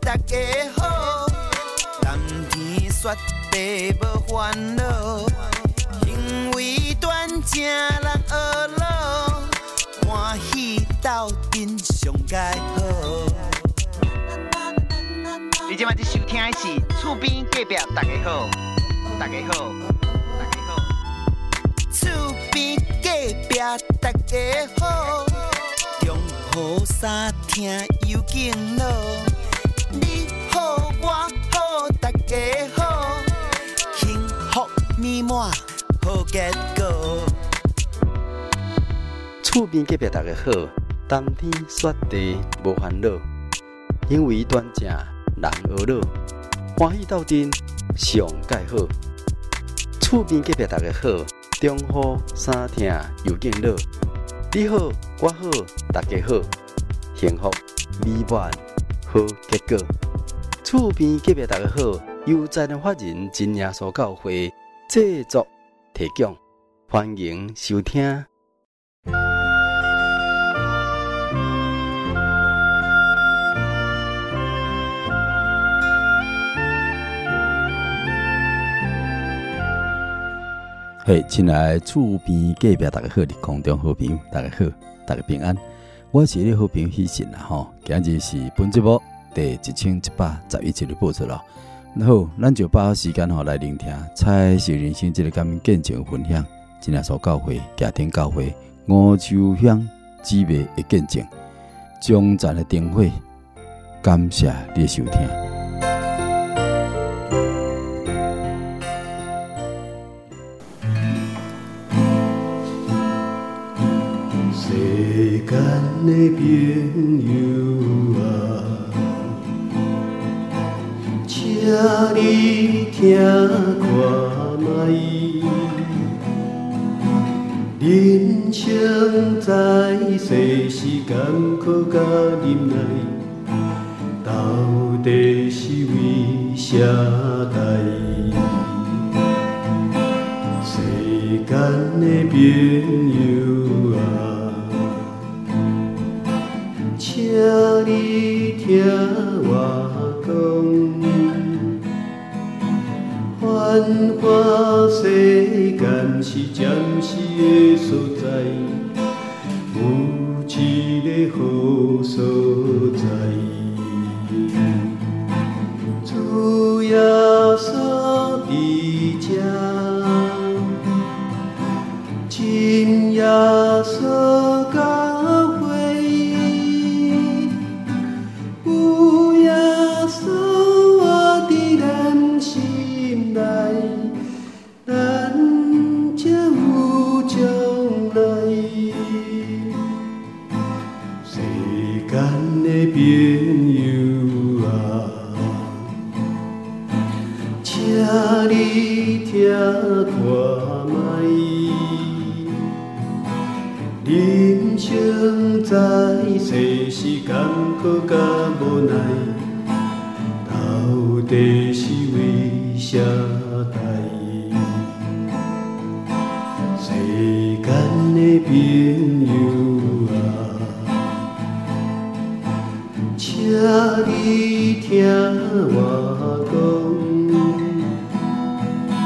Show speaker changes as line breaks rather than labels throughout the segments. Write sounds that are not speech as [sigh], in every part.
大家好。谈天说地无烦恼，行为端正人学老，欢喜斗阵上佳好。你即卖在收听的是厝边隔壁大家好，大家好，大家好。厝边隔壁大家好，中雨三听尤敬老，你好我好大家好，幸福美满好结果。
厝边隔壁大家好，谈天说地无烦恼，因为端正难学乐，欢喜斗阵上盖好。厝边隔壁大家好，中好三听又敬老，你好我好大家好，幸福美满好结果。厝边隔壁大家好，悠哉的法人真耶稣教会制作提供，欢迎收听。嘿，亲爱的厝边隔壁，大家好，伫空中好朋友，大家好，大家平安。我是你的好朋友喜神啦吼，今日是本节目第一千一百十一集的播出咯。然后，咱就把握时间吼来聆听彩是人生这个感恩见证的分享，今天所教会、家庭教会、五洲乡姊妹的见证，将咱的灯火，感谢你的收听。
世间的朋友啊，请你听看卖，人生在世是艰苦甲忍耐，到底是为啥代？世间的朋友啊，请你听我讲，繁华世间是暂时的所在，有一个好所在。主耶稣伫遮，真耶稣教会，有耶稣活伫咱心内，咱才有将来。世间的朋友啊，请你听看卖，人生在世是艰苦甲无奈，到底是为啥代？世间的朋友啊。请你听我讲，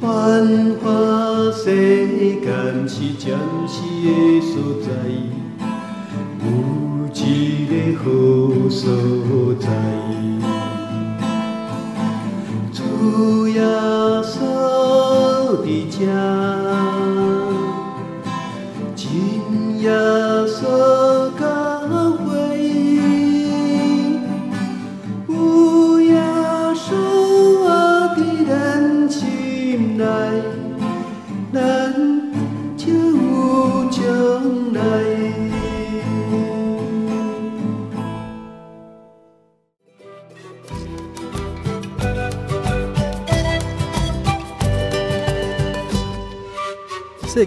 繁华世间是暂时的所在，有一个好所在。主耶稣伫遮。真耶稣教会，有耶稣活伫咱啊心内，咱才有将来。
世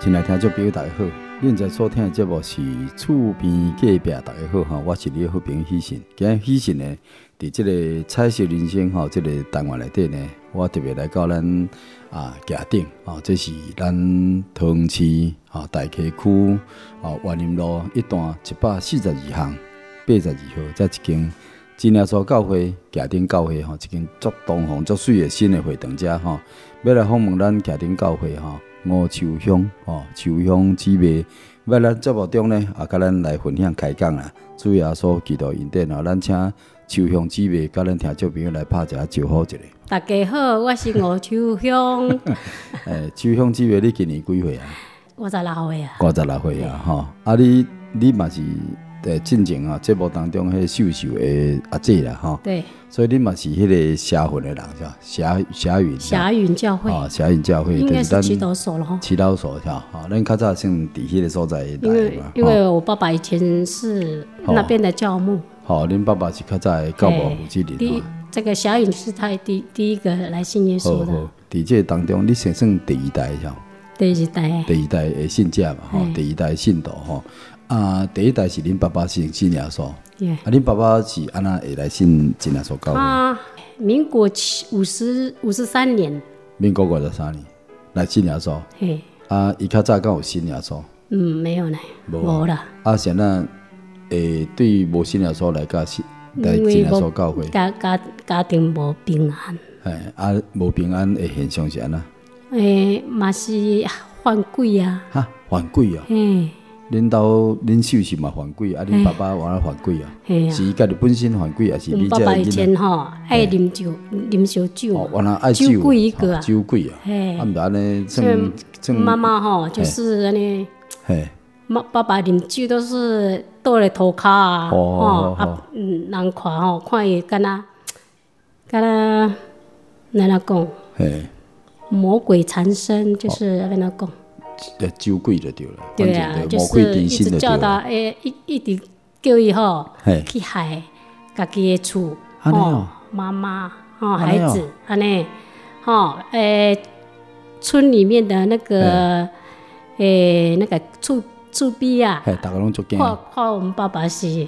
听众朋友大家好，恁在所听的节目是厝边隔壁大家好哈，我是你的好朋友喜信。今日喜信呢，伫即个彩色人生吼，即、个单元内底呢，我特别来到咱啊家顶吼，这是咱桃园市吼大溪区吼万林路一段一百四十二巷八十二号，这一间真耶稣教会家庭教会吼，一间足东方足水的新的会堂遮吼。要来访问咱家庭教会吼，吴秋香吼，秋香姊妹，要咱节目中呢，也甲咱来分享开讲啦。主要所祈祷因典吼，咱请秋香姊妹甲咱听众朋友来拍一下招呼一下。
大家好，我是吴
[laughs]
秋香，
诶、秋香姊妹，你今年几岁啊？
五十六岁啊，
五十六岁啊，吼、啊你你嘛是诶，进前啊，节目当中迄秀秀的阿姐啦，吼、
对，
所以你嘛是迄个社会的人是吧？社社运
霞云教会
啊，社运教会，
应该是
但
祈
是
祷所了吼，
祈祷所哈，吼咱较早算伫迄个所在
因
来
为
嘛，
因为我爸爸以前是那边的教牧，
吼，吼恁爸爸是较早的教牧
哎
负责人
第
哈，
这个霞云是他第第一个来信耶稣
好好，
的
伫这当中你先算第一代吼，
第一代，
第一代的信者嘛，吼，
哎
第一代的信徒吼，啊，第一代是恁爸爸信信耶稣，啊，
耶
恁爸爸是安那会来信信耶稣教会，
啊，民国七五十五十三年，
民国五十三年来信耶稣，
嘿，
啊，伊较早敢有信耶稣，
嗯，没有呢，
无
无啦，
啊，现在诶对无信耶稣来甲信来
因
信
为
耶稣教会
无。家家家庭无平安，
哎，啊，无平安的现象是安那，
诶，嘛是犯规啊，
哈，犯规啊！
嘿，
恁兜恁秀是嘛犯规啊？恁爸爸完了犯规啊？
嘿啊。
是伊家己本身犯规，还是
阮
你
爸
这
爸
个
以
囡
前
仔？
吼爱啉酒，啉烧酒
哦，原来爱
嘛，
酒
酒鬼一个
哦
啊。
酒鬼啊！
嘿
啊，毋是安尼
所
算
以
算
妈妈吼就是安尼，
嘿，
妈爸爸啉酒都是倒咧涂骹啊，
哦
吼
哦哦
啊，嗯人看吼看伊敢若敢若安怎讲，
嘿，
魔鬼缠身，就是
哦
安怎讲？
呃，酒鬼就对了，
对啊，
反正
就
就魔鬼
是
定
一
心
直
就对
叫他
了。
诶，一一直叫伊吼
嘿
去害家己的厝，
安尼哦
吼妈妈吼
安尼
孩
哦
子安尼，吼诶，村里面的那个诶那个厝厝边啊，
嘿，大家拢足惊，
看看我们爸爸是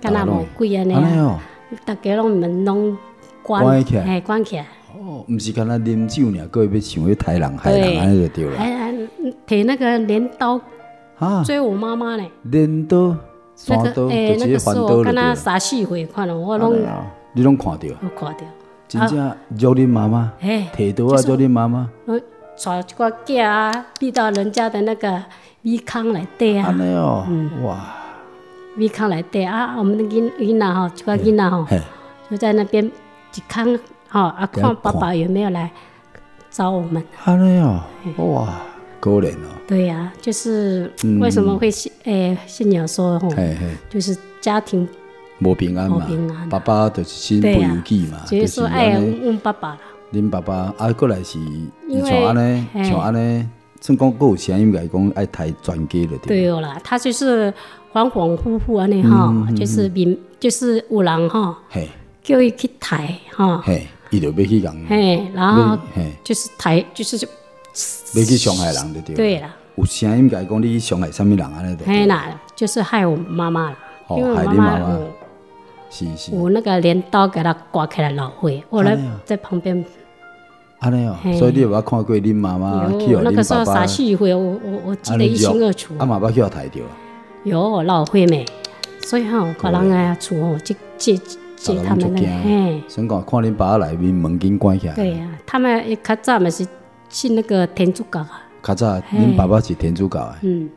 大
干
家
那
拢
魔鬼安尼
安尼
啊，
哦，
大家拢门拢
关
关
起来
嘿关起来，
哦，毋是干那啉酒尔，个要想要杀人啊害人安尼就对了。
还还哎啊摕那个镰刀
啊，
追我妈妈呢。
镰刀、山
那
刀，
个
就
诶，哎那
直接
个
翻
是
刀就对
我跟他
了。啊
三四回看了，我拢有
你拢看着，
看到，
真正辱恁妈妈，
啊嘿
提刀啊
就是
辱恁妈妈，
我带一个囝啊，避到人家的那个米糠内底
安
啊，
尼哦，哇，
米糠内底啊，我们的囡囡仔吼，这个囡仔吼
嘿，
就在那边一糠吼，啊，
给他
看爸
看
爸有没有来找我们。
安尼哦，哇，可怜哦，
对呀、就是为什么会信诶信仰说吼，
嘿嘿，
就是家庭
无平安嘛
无平安，啊
爸爸就是身不
对
由
呀
己嘛，
就是说哎爱
安尼。
问爸爸啦，
恁爸爸啊，过来是
因为
像安尼，
嘿
像安尼，算讲佫有声音来讲爱抬全家了，
对
了。
哦啦，他就是恍恍惚惚安尼吼，就是明就是有人吼。
嘿
叫伊去抬哈，
嘿，伊就要去共
嘿，哦然后
嘿，
就是抬，就是就
要去伤害人就对了。
对啦，
有声音来讲你伤害什物人安尼就对
嘿
了。
啦，就是害我妈妈了，
哦
因为我
害你
妈
妈妈
有
是是，
有那个镰刀给她刮开了脑会，我
哎
呢
呀
在旁边，
安尼哦，
嘿
所以你有捌看过恁妈妈啊去
有
互
那个
恁
时候
爸爸
傻戏会，我我我记得一清二楚
啊，，嘛捌去互抬着，
有老会没，所以吼，把人家厝吼就借借
大家
他
拢
们
足
那个，嘿
惊，，啊先讲看恁爸内面门紧关起来。
对啊呀，他们较早嘛是信那个天主教啊。
较早恁爸爸是天主教的，
嗯，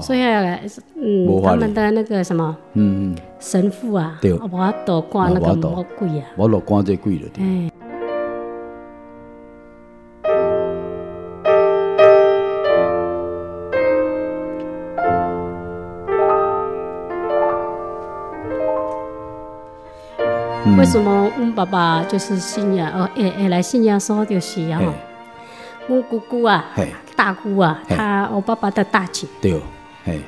所以啊
哦无
嗯，
法
他
理
们的那个什么
嗯嗯，
神父啊，
对
我都挂那
啊
个
无法度
魔鬼啊，
我落关这鬼了对。
哎，
嗯
为什么阮爸爸就是信仰哦，会会来信仰说就是啊
嘿，
阮姑姑啊
嘿，
大姑啊，
嘿
她我爸爸的大姐，
对，嘿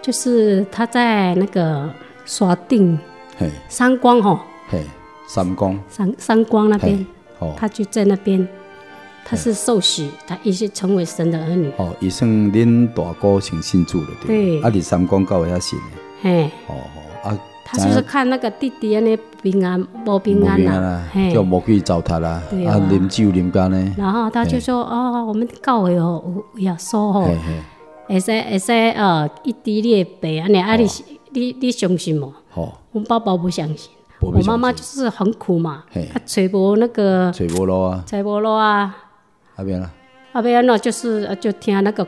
就是她在那个沙定
嘿
三光吼、
嘿，三公，
三三光那
嘿
边，，
哦
他就在那边，他是受洗，他也是成为神的儿女。
哦，伊算恁大哥先信主了，对
对
吧。啊，伫三公教遐信的，
嘿，
哦哦啊，
他就是看那个弟啊弟安尼平安无平
无
安
平
啦、
安啦
嘿，
啊叫，魔鬼糟蹋啦，
对
啊
啊，
啉酒啉干呢，
然后他就说哦，我们教会哦有有耶稣哦
嘿，嘿，
会使会使呃一滴你的白安尼，啊
哦
你是你你相信无？
好，
我爸爸不相信，
不
我
相信
妈妈就是很苦嘛
嘿，
她揣无那个
找无路啊，
揣无路啊，
啊边啦，
后尾安怎就是呃就听那个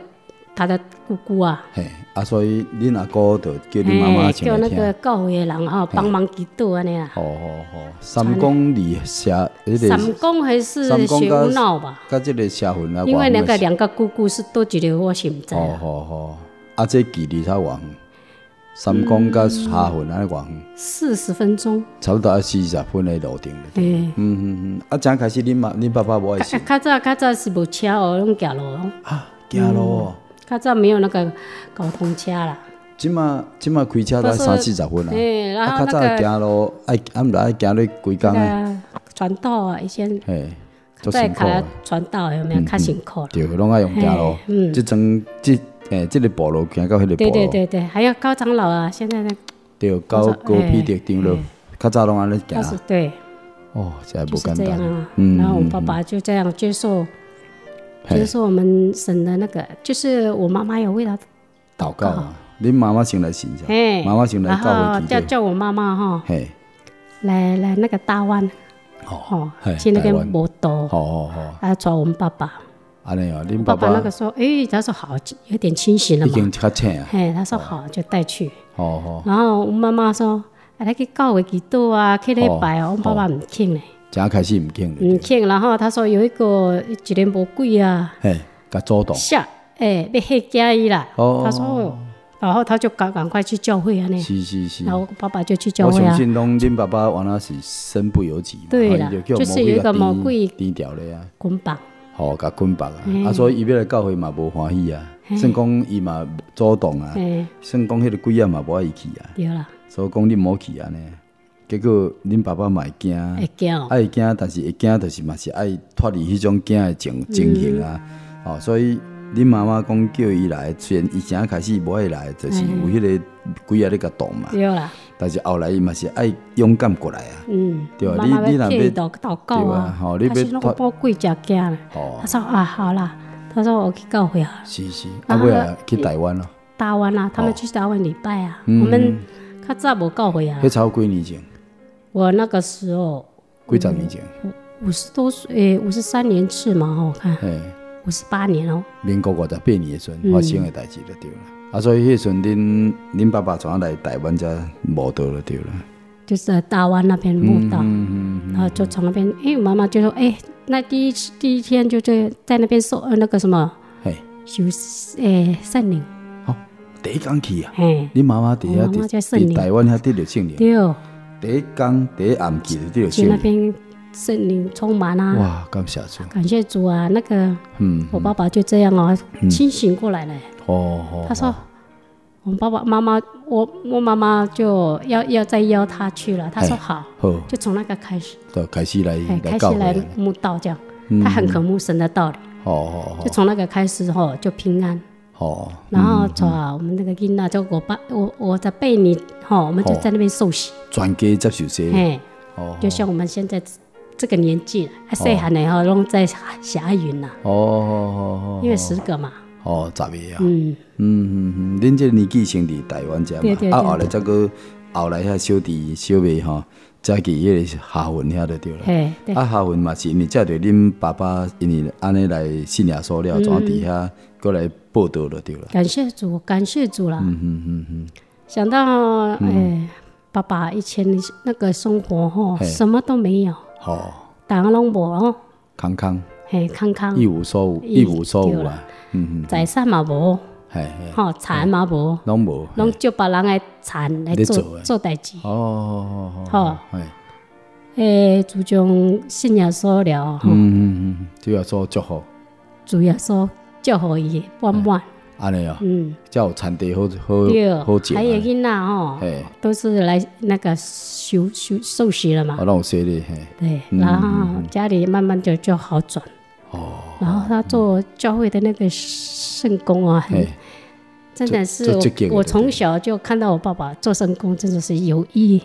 他的姑姑啊，
嘿，啊，所以恁阿哥就叫恁妈妈
嘿，
先
叫
来
那
听，
个教会的人哦帮忙祈祷安尼啦。
哦哦哦，三公里下，迄
三
个
公还是
三公
学
跟
无闹吧？
甲即个社魂啊，
因为
外
那
分的
个两个姑姑是多一个，我是不知道
哦
啊。
哦哦，啊，这距离较远，三公甲下分安尼远，
四十分钟，
差不多要四十分的路程了。
哎，
嗯嗯嗯，啊，怎开始恁妈恁爸爸无爱
较
信
较早较早是无车哦，拢走路哦，
啊，行路哦，
较早没有那个交通车啦。
即马即马开车才
不是
三四十分啊，
哎，然
啊，较
后那
早的
个
行路爱暗来爱行咧几工啊，
那个传道啊，以前
嘿，足
在
辛苦啊嗯
卡
的，
传道有没有较辛苦了？
对，拢爱用行路，即种即诶即个步路行到迄个
嗯对
步
对
路，
对对，还有高长老啊，现在那
对，到高
嘿
批特顶了，较早拢安尼
他是
行，
对，
哦，这啊还不
就是
简
这样
单，嗯
啊。然后我爸爸就这样接受，接受我们省的那个，就是我妈妈有为他
祷告啊，恁妈妈先来信者
嘿，，
妈妈先来
然
教
后
会祈
叫
祷，
叫我妈妈哈，
嘿，
来来那个大湾，哦
嘿，
去那边
大湾
摩多，
好好好，
啊，找我们爸爸。
安尼哦，恁
爸
爸
爸那个
爸
时候，哎，他说好，有点清醒了
已
嘛
经，哦较醒啊，
嘿，他说好，就带去。
好好，
然后我妈妈说，啊，来去教会祈祷啊，去礼拜
哦
哦。我爸爸唔肯嘞，
才开始毋敬
唔
了，
肯。然后他说有一个一个魔鬼啊，
嘿，甲阻挡，
吓，哎，被吓惊伊啦。
哦
他说，哦然后他就赶赶快去教会啊呢。
是是是
然。后我爸爸就去
嗯
教
我
会
相
啊。
信拢恁爸爸原来是身不由己嘛，
对啦
啊伊叫
就是有一个魔鬼
低调咧啊，
捆绑，
吼，甲捆绑啊，啊，所以伊要来教会嘛无欢喜啊，算讲伊嘛阻挡啊，
哎，
算讲迄个鬼啊嘛无爱伊去啊，
对啦，
所以讲恁无去安尼，结果恁爸爸嘛会惊，
会惊哦，
爱惊，但是会惊，就是嘛是爱脱离迄种惊的情
嗯
情形啊。哦，所以恁妈妈讲叫伊来，虽然以前开始无爱来，就是有迄个鬼啊咧甲动嘛，
对啦，
但是后来伊嘛是爱勇敢过来啊。
嗯，
对啊
妈
你
妈
你
要
若
替
要
伊祷祷告
对啊
啊
吼你，
他
要
是那个
脱
魔鬼食惊了。
哦
他，说啊，好啦，他说我去教会啊，
是是，啊，
然后
尾啊去台湾咯，
台湾
哦
啊，他们去台湾礼拜啊，
嗯
我们较早无教会啊
迄。超几年前，
我那个时候
几十年前，
五十多岁，诶，五十三年次嘛，吼，我看
嘿，
五十八年哦，
民国五十八年的时
嗯
阵发生的代志就对了。啊，所以迄时阵恁恁爸爸怎啊来台湾才无到就对了。
就是在台湾那边墓道，啊
嗯嗯，
然后就从那边，诶，我妈妈就说，诶，那第一第一天就在在那边受呃那个什么
嘿，
修诶圣灵，
好，第一工去啊。
嘿，
你妈妈伫
我
遐
妈妈在
伫
圣
伫
灵
台湾遐得着圣灵，
对哦，
第一工第一暗记就得着
去
圣
那
灵。
边圣灵充满啊，
哇，感谢主，
感谢主啊，那个
嗯，
我爸爸就这样哦，清醒过来了。
哦哦，
他说，我爸爸妈妈，我我妈妈就要要再邀他去了。他说
哎
好，
好，
就从那个开始，
就开始来
哎，
来啊
开始
教会
来
了。
慕道这样。他很渴慕神的道理，
嗯哦
就从那个开始吼就平安。
哦哦，
然后从啊，我们那个囡仔就我爸我我在贝尼吼，我们
哦
就在那边受洗，
全家接受洗礼。
哎，
哦
就像我们现在这个年纪，啊，细汉的吼拢在霞云呐，
哦哦
因为十个嘛，
哦哦，十个啊，
嗯，
嗯嗯嗯，恁这个年纪先伫台湾遮
对对
嘛，啊
对
后来再个后来遐小弟小妹吼，再去迄个下魂遐就对了。
哎，对，
啊，下文嘛是因为借着恁爸爸，因为安尼来信耶稣
嗯
了，怎啊伫遐过来报道就对了。
感谢主，感谢主啦，
嗯嗯嗯，
想到哎、爸爸以前的那个生活吼，
嘿
什么都没有，
吼、
打个拢无哦，
康康
嘿，康康，
一无所有，
嗯一
一无所有
对
啊
啦，
嗯嗯，
财产嘛无，
系系，
吼，田嘛无，
拢无，
拢
嘿
借别人的田来
在
做
做的
做代志。
哦哦哦哦
好，
系，
诶，自从信耶稣了，吼，
嗯嗯嗯，主要做祝福，
主耶稣祝福伊满满，
安尼哦，
嗯，
才有产地好
对，
好好种
还有
啊，
囡仔吼，
嘿，
都是来那个修修受洗了嘛
哦啊，，拢有洗礼嘿，
对，然后家里慢慢就就好转，
哦，
然后他做教会的那个圣工啊，很
嘿，
真的是
做做
我
哎这个的
我
对
从小就看到我爸爸做圣工，真的是有意，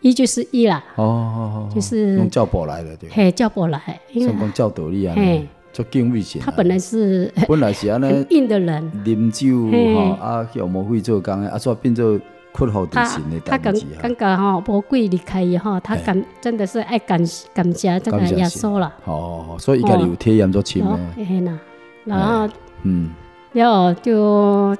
一就是一啦，
哦哦哦，
就是
用教保来的对，
嘿，叫过来，因
算
为
讲教导你啊
嘿，
做敬畏心啊。
他本来是很
本来是安尼
很硬的人，
啉酒
嘿
吼，啊，去魔鬼做工的，啊，煞变做困惑
他
的神的
他
代
感
志啊哎
感。觉吼，魔鬼离开以后，他感真的是爱感感谢这个耶稣了，
哦，所以伊家己有体验足深
然后
的，
嘿呐，哦哎然后
嗯，
然后就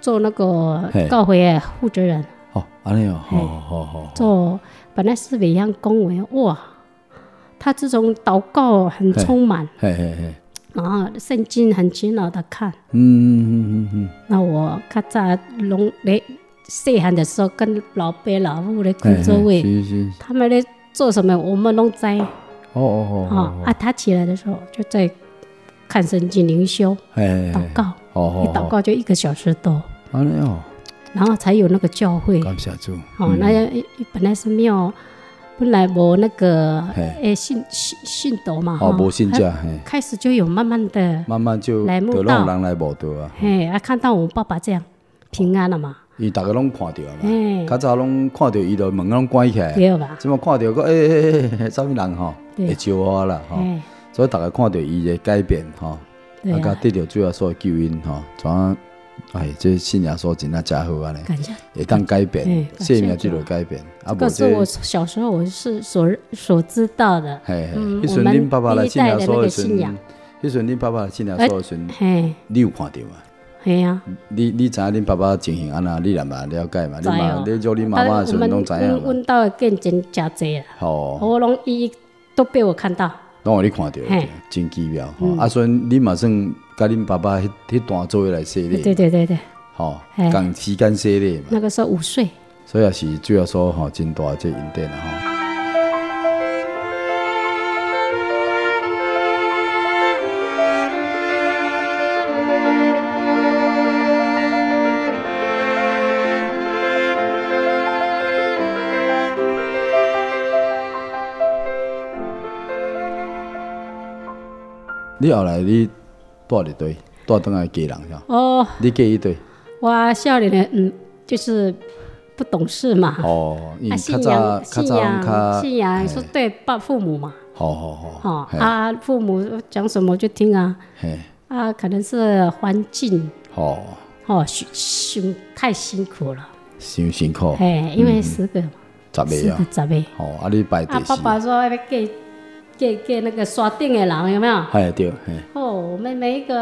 做那个
嘿
教会的负责人，
哦，安尼哦，
嘿
好好好，
做本来是每样公文哇，他这种祷告很
嘿
充满，
嘿嘿嘿，
然后圣经很勤劳的看。
嗯嗯嗯嗯
那我较早拢咧细汉的时候，跟老爸老母咧
嗯，
工作
嘿嘿
位，
是是，是
他们咧做什么，我们拢知
哦哦哦
哦
哦，
啊，他起来的时候就在看圣经灵修
嘿嘿，嘿
祷，告，
哦
一啊祷，告就一个小时多，
安尼哦，
然后才有那个教会。
感谢主，嗯
哦，那要本来是庙，本来无那个
嘿
诶信信信徒嘛，
哦，
哈
无信教，嗯
啊
嘿，
开始就有慢慢的，
慢慢就
来慕
得让
道
人来无道啊，
嘿，啊，看到我爸爸这样平安了嘛，
伊逐个拢看着啊嘛，
嘿，
较早拢看着伊就门拢关起来，
对吧？
即么看着个诶诶诶，啥物人吼，
对
会招我啦吼。
嘿，
所以大家看到伊的改变吼，
对
啊，甲
啊，
得到主要所的救恩吼，怎啊？哎，这信仰所真啊真好安尼，
感谢。
会当改变
哎，感谢
生命
主
就
啊
有改变，啊，
可
无
是
这
我，小时候我是所所知道的，
嘿嘿，
嗯
迄阵
我们
恁爸爸来信仰所的时
第
阵
一代的，
迄阵恁爸爸来信仰所的时阵，
嘿，
你有看到嘛？
嘿呀、啊，
嗯你你知影恁爸爸情形安那，你也嘛了解嘛？你嘛
知
你
哦
叫恁妈妈的时
我
阵
们
拢知啊哦影嘛？
阮兜的见证真济啦，
吼，
我拢一一都被我看到，
拢互你看到
嘿，
真奇妙吼！啊，所以你嘛算甲恁爸爸迄迄段做伙来洗
对对
礼，
对对对，
吼，
嘿
共时间洗礼嘛。
那个时候五岁，
所以也是主要说吼，真大的这恩典啊吼。你后来你带一队，带倒来家人吼，
哦，
你嫁一队
我少年的嗯，就是不懂事嘛，
哦，因
啊，
为
信
较早
仰
较
信
早拢较
仰信仰
嘿
是对爸父母嘛，
好好好，
哦
嘿
啊，父母讲什么就听啊，
嘿，
啊，可能是环境
好，
哦，辛辛太辛苦了，
辛辛苦，
嘿，因为十个嘛，
十
十
个
个
嗯啊，
十个。
好，啊你排第
啊，爸
四，
爸说要给给给那个刷顶的人有没有？
嘿对，嘿，
哦，我们每一个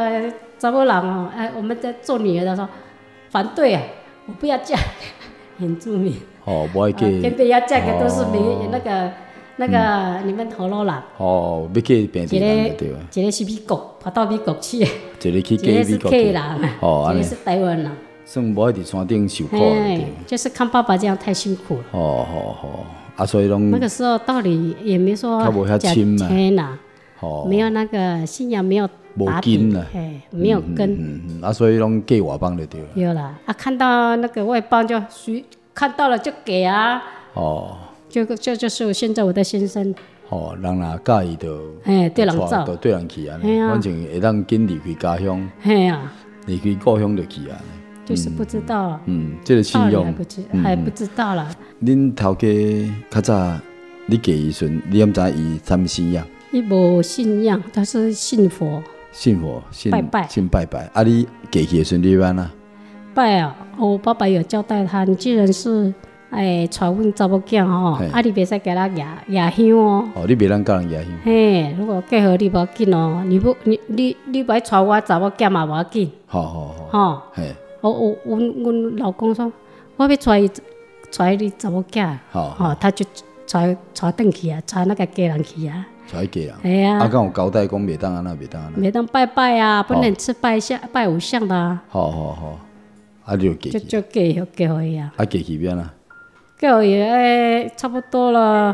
怎么人哦，哎，我们在做女儿的说反对啊，我不要嫁， [laughs] 原住民，
哦，无爱
啊，偏
嫁，
偏要嫁给都是民、那个那
嗯
个你们头路人，
哦，要嫁本地
一
人就
个
对了，
一个是美国，跑到美国去，一
一个去嫁
个
美
是
国
客人，
去，哦
[laughs] 一
安
个
尼，
是台湾人，
算无爱伫山顶受苦就对了，
就是看爸爸这样太辛苦了。
哦好好，啊所以拢
那，个时候道理也没说
较无遐
假
深嘛
天呐。
哦，
没有那个信仰，没有
无
打底
根啊，
哎，没有根，
嗯，嗯啊所以拢嫁外邦就对了，
有了啊，看到那个外邦就随看到了就给啊，
哦。
就就就是我现在我的先生，
哦，人若介意就，
嘿对人
就带
走
就对人去啊，
嘿啊
反正会当紧离开家乡，
嘿啊，
离开故乡就去啊。
就是不知道，
嗯，这个信
道理还
用
哦
嗯
不知还不知道了，
恁头家较早你嫁伊时阵，你也毋知伊啊参信仰、
一无信仰，他是信佛
信佛、信
拜拜
信拜拜。啊，你嫁去的时阵你安啦？
拜啊，我爸爸有交代他，你既然是哎娶阮查某囝吼
嘿，
啊你别使给他压压香哦。
哦，你袂当甲人家去。
嘿，如果结合你无要紧哦，你不你你你不爱娶我查某囝嘛无要紧，
好好好，
吼、
嘿，
我我阮阮老公说，我要娶伊娶你查某囝，
好
吼、他就娶娶转去啊，娶那个家人去啊，
娶嫁人。
哎呀、
啊，敢有交代讲袂当安那，袂当安那。
每当拜拜啊，不能吃拜相、拜偶像的啊，
好好好，啊，你就嫁
就
去。
就给给回伊啊，
啊，嫁去边啦？
给回伊哎，差不多了，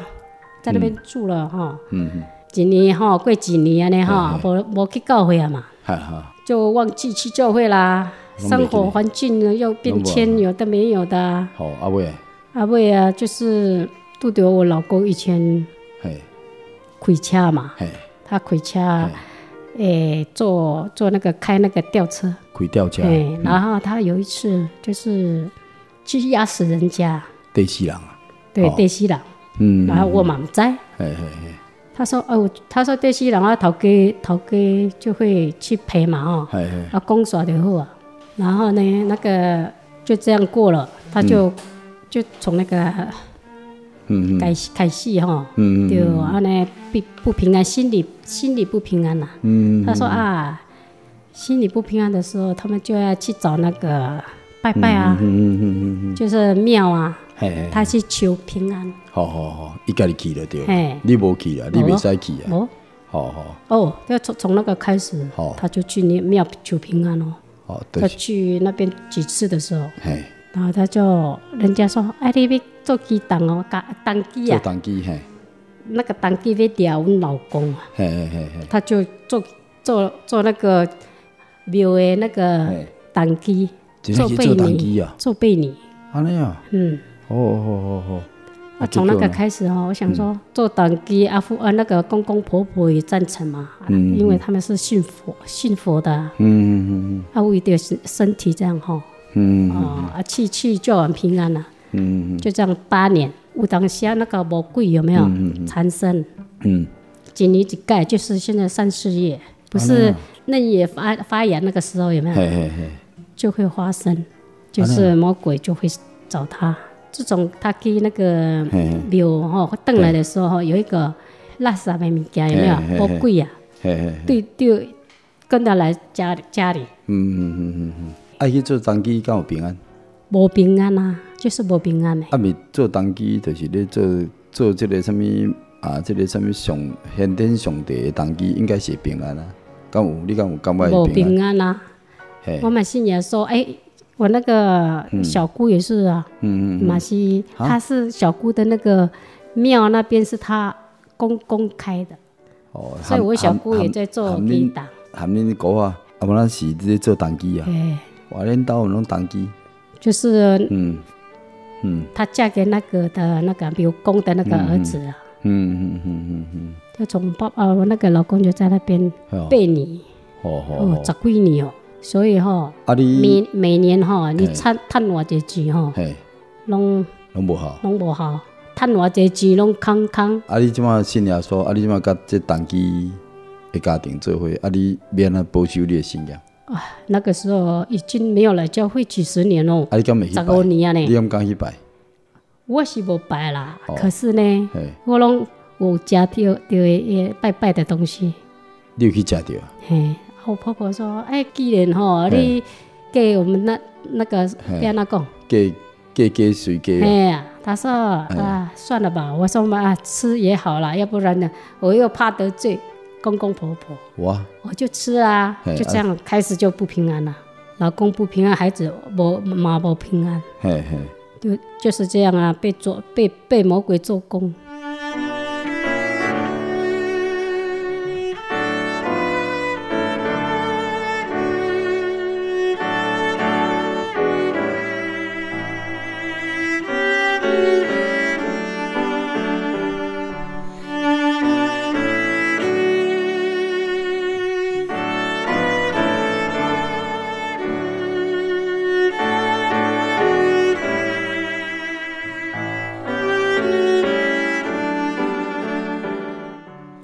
在那边住了吼、
嗯嗯，
一年吼、过几年安尼吼，无无去教会啊嘛。
哈哈，
就忘记去教会啦，
拢袂记得
生活环境呢又变迁，有的没有的啊。
好，啊尾，
啊，尾啊，就是拄着我老公以前
嘿，
开车嘛，
嘿，
他开车，
哎
诶、坐坐那个开那个吊车，
开吊车，
哎、然后他有一次就是去压死人家，
第四人啊，
对
哦，
第四人，
嗯，
然后我嘛不知，
嘿嘿嘿，
他说哦，他说第四人啊，头家头家就会去赔嘛哦，
嘿嘿，
啊，公耍就好啊。然后呢，那个就这样过了，
嗯
他就、就从那个
嗯嗯
开始开始哈，
嗯
就安尼不不平安，心里心里不平安呐、
嗯，
他说啊，心里不平安的时候，他们就要去找那个拜拜啊，
嗯嗯嗯嗯，嗯
就是庙啊，
嘿嘿，
他去求平安。
好好好，伊家己去了对
嘿，
你无去啊，你袂使去啊，
哦
好好
哦，要从从那个开始
好，
他就去那庙求平安哦。
好，
他
对，
去那边几次的时候，
嘿，
然后他就人家说，哎，你要做鸡蛋哦，甲蛋鸡
做
啊，
单机嘿，
那个蛋鸡要掉阮老公啊，
嘿嘿嘿嘿，
他就做做做那个庙的那个
嘿
蛋鸡，
真的去
贝
哎做单
尼
机啊，
做贝尼，
安尼啊，
嗯，
哦哦哦
啊，从那个开始哦，我想
嗯
说做蛋鸡，阿父啊，那个公公婆婆也赞成嘛，啊
嗯
因为他们是信佛信佛的啊，
嗯嗯
啊，为的身身体这样哈，
嗯
哦，啊，去去就很平安了、啊
嗯
就这样八年，有当时啊那个魔鬼有没有缠身？
嗯，
一年一盖，就是现在三四月，不是嫩叶发发芽那个时候有没有
啊嘿嘿嘿，
就会发生，就是魔鬼就会找他。自从他去那个
嘿嘿
庙吼登来的时候，有一个垃圾的物件有没有
嘿嘿嘿
魔鬼啊？
嘿嘿，
对对，跟他来家里家里
嗯嗯嗯嗯，爱去做单机，敢有平安？
无平安啊，就是无平安的。
啊，咪做单机，就是咧做做即个什物啊，即、个什物上先天上帝的单机，应该是平安啊。敢有你敢有感觉
无
会平安？
平安啊！
嘿
我，们信也说，哎、我那个小姑也是啊，
嗯
马西，
啊
她是小姑的那个庙那边是她公公开的，
哦
所以我小姑也在做低档，
含恁姑啊，啊，无咱是咧做单机啊
哎、，
哇，恁兜有拢单机，
就是
嗯嗯
她嫁给那个的那个庙公的那个儿子啊，
嗯嗯嗯嗯
就从爸呃我那个老公就在那边
嗯，哦
背你
哦
哦
哦，
十几年哦，所以哈、
啊你，
每每年哈、你趁趁偌济钱哈、
嘿，
拢
拢无效。
拢无效，趁偌济钱拢空空。
啊，你即马信耶稣，啊，你即马甲这单机的家庭做伙，啊，你免啊保守你的信仰，
啊，那个时候已经没有来教会几十年了，
啊，你敢袂去
十
拜？
五年啊
你
呢，
敢敢去拜？
我是无拜啦。
哦
可是呢，
嘿，
我拢有食着着诶拜拜的东西。
你有去食着？啊
嘿，啊我婆婆说，哎，既然吼你给我们那那个
嘿
要那讲，
鸡鸡鸡随鸡啊，
哎，她说啊，算了吧。我说嘛，啊吃也好啦，要不然呢，我又怕得罪公公婆婆，
哇，
我就吃啊
嘿，
就这样开始就不平安了。老公不平安，孩子无嘛无平安。
嘿嘿，
就就是这样啊，被做被被魔鬼做工。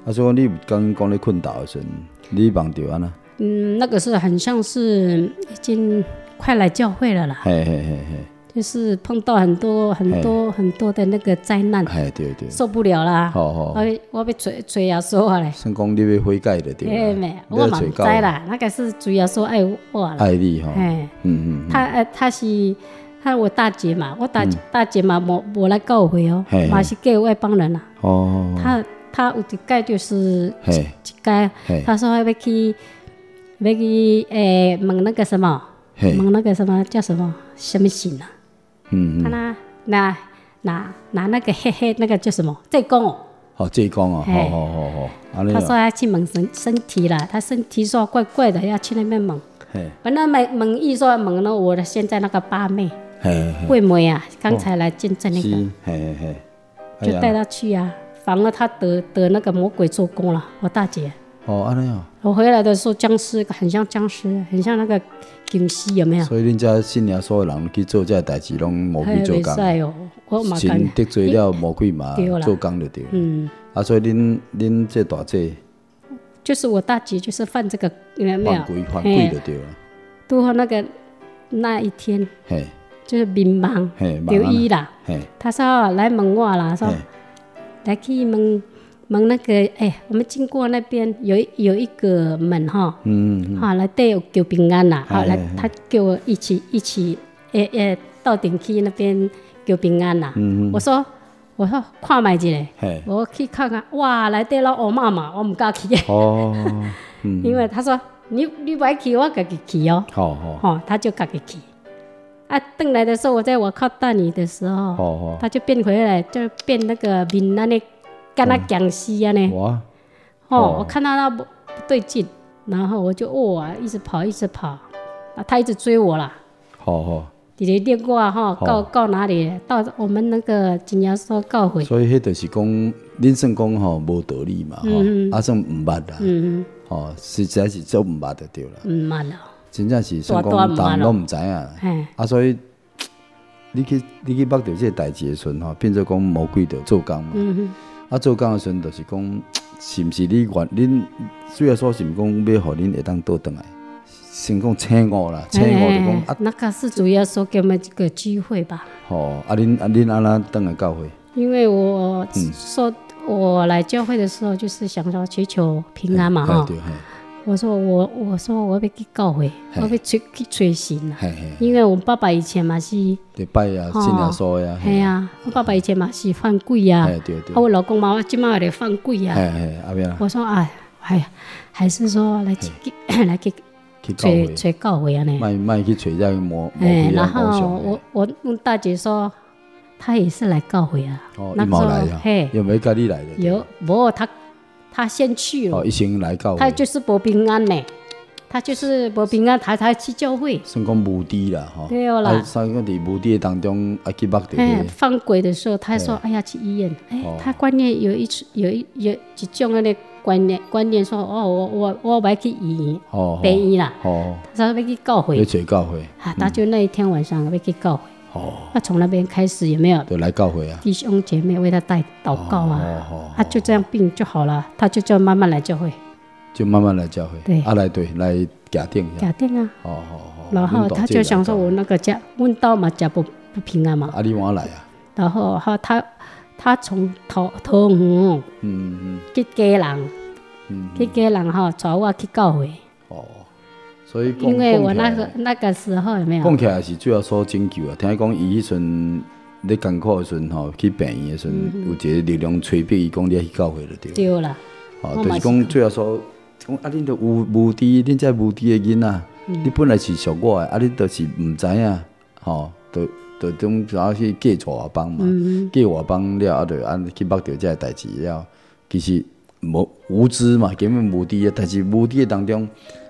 啊，所以你刚讲咧困倒的时阵，你梦着安那？
嗯，那个是很像是已经快来教会了啦，
嘿嘿嘿嘿，
就是碰到很多很多
哎
很多的那个灾难，
嘿对对，
受不了啦。
好好，
我
好
被我被吹吹牙说话嘞，
算讲你要悔改的对啊
哎
啦
没，，我嘛
你
不
要
知
找到
啦，那个是主要说爱我啦。
爱你吼，
哎，
嗯嗯嗯，
他呃他是他我大姐嘛，我大姐大姐嘛，无无来教会哦
嘿，
嘛是给外邦人啦。
哦，
他他有一届就是
嘿
一届
嘿，
他说要去要去诶、问那个什么，
嘿，
问那个什么叫什么什么信啊？
嗯
他
嗯，
拿拿拿拿那个嘿嘿那个叫什么在公哦，
好，这讲哦，
嘿
好好好好，安尼
他说
啊，
要去问身身体啦，他身体说怪怪的，要去那边问。
嘿，
本来问问一说问了我的现在那个八妹
嘿嘿
桂梅啊，刚才来见证那
嘿，
个，
是，嘿嘿嘿，哎
就
呀
带她去啊，反而他得得那个魔鬼做工了。我大姐，
哦，安尼哦，
我回来的时候僵尸很像僵尸，很像那个僵尸，有没有？
所以恁遮信仰所有人去做这代志，拢魔鬼做
袂
工，
使哦，我嘛
神
敢。
得罪了魔鬼嘛
对啦，
做工就对了。
嗯，
啊，所以恁恁这大姐
就是我大姐就是犯这个，有没有
犯？规犯规
嘿
就对了，
拄好那个那一天
嘿，
就是民盲
嘿盲啊
刘一啦，
嘿，
他说哦来问我啦，说
嘿，
来去问问那个，哎、我们经过那边有一有一个门哈，
嗯，
哈、来带我求平安啦，
哎
好来
哎哎
他叫我一起一起，诶、诶、到顶去那边求平安啦，我说我说看卖一下，
嗯嘿，
我去看看，哇，来带了我妈妈，我唔敢去，
哦，
因为他说你你不爱去，我自己去哦。
好好
哦，他就自己去。啊，回来的时候，我在我靠大你的时候，
好好，
他就变回来，就变那个闽南的，跟他讲西啊呢。
哇，
哦，
哦
我看到他不不对劲，然后我就哇、一直跑，一直跑，啊，他一直追我啦。
好好，
你的电话哈，
哦
告告哪里？到我们那个警察说告回。
所以迄就是讲，恁算讲吼无道理嘛，吼，啊算毋捌啦，
嗯
吼，实在是做毋捌就对啦，
嗯，慢了，
真正是算
大大
讲
毋捌
人
咯
拢毋知影。
哎，
啊，所以你去你去捌着即个代志的时阵吼，变做讲魔鬼着做工嘛。
嗯
啊，做工的时阵就是讲，是毋是你愿恁主要说是毋是讲要互恁会当倒转来，先讲请我啦，
哼，
请我就讲
哎
啊，
那个是主要说给我们这个机会吧。
吼，啊恁啊恁安那转来教会，
因为我
嗯
说我来教会的时候，就是想要祈求平安嘛哈
哎嘿。对嘿，
我说我我说我要去教会，
嘿
我要去去追神啦。
嘿嘿，
因为我爸爸以前嘛是，
礼拜啊，
哦
信耶稣的啊，
嘿啊，我爸爸以前嘛是犯鬼啊，
嘿哎对对
啊，我老公嘛今嘛也犯鬼啊。
嘿嘿，啊边啊，
我说哎哎，还是说来去 [coughs] 来去
去哎教
追
会，
追教会啊呢。
卖卖去找这个魔魔
哎
鬼，
然
啊偶
后
像
我
的，
我问大姐说，她也是来教会啊。
哦，
那
伊
时
嘛有
候
来啊
嘿，，
有没有甲你来的？
有，不过他他先去了，
哦，一先来教
他
会。
就是博平安呢，他就是博平安，他才去教会，
算讲无知啦，吼。
对哦啦
啊，所以讲伫无知的当中，啊去捌着
哎，
迄
放鬼的时候，他说，哎呀，去医院，哎
哦，
他观念有一出有一有一种那个观念观念说，哦，我我我不要去医院，
吼
病医啦，
吼，
他说要去教
要
会，
找教会，
啊，他就那一天晚上要去教会，
吼，
他从那边开始有没有
就来教会啊，
弟兄姐妹为他带祷告
哦哦
啊
哦，
他就这样病就好了，他就叫慢慢来教会，
就慢慢来教会，
对
啊来对来家定一下，
假定啊。
吼吼吼。
然后
恁大
他
姐
就
来
想
教
说，我那个家问到嘛，家不不平安嘛。
啊你晚来啊，
然后哈，他他从头头园
嗯嗯，
去家人，
嗯
去家人哈，找我去教会，
哦，所以讲
因为我那
讲起
个
来啊
那个时候有没有
讲？起来是主要所拯救啊，听讲伊迄阵。咧艰苦的时阵吼，去病院的时阵，有一个力量催逼伊讲你要去教会就对了。
嗯对了，
哦，就
我
是
嘛是
讲，主要说，讲啊，恁都有无知，恁这无知的囡仔，
嗯
你本来是属我的，啊，恁都是毋知影，吼、就就种主要去嫁娶外邦
嗯
嘛，嫁外邦了，啊，就安去捌着这个代志了，其实无无知嘛，根本无知的，但是无知的当中，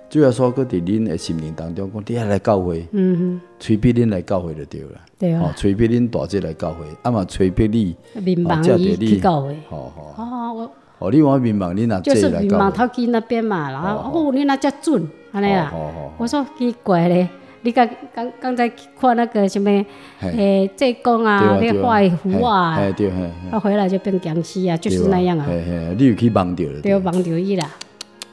主要说，搁伫恁的心灵当中，讲你爱来教会，
嗯，
催逼恁来教会就对了，
对
吼、
啊，
催逼恁大姐来教会，啊嘛催逼你，
民
哦
房
这
伊
就你
去教会。
吼、吼，
哦，我
哦，你往民望，你若
就
这
是
来
民
教
房
会
头。去那边嘛，然
哦
后哦，你那叫准，安尼啦
哦。哦
我说奇怪嘞，你刚刚刚才看那个什么，
嘿
诶，济公啊，那
对
个画的符啊，
哎对，嘿，嘿
他回来就变僵尸啊，就是
对哎
那样啊，
嘿嘿，你有去帮着了，
对，忘掉伊啦，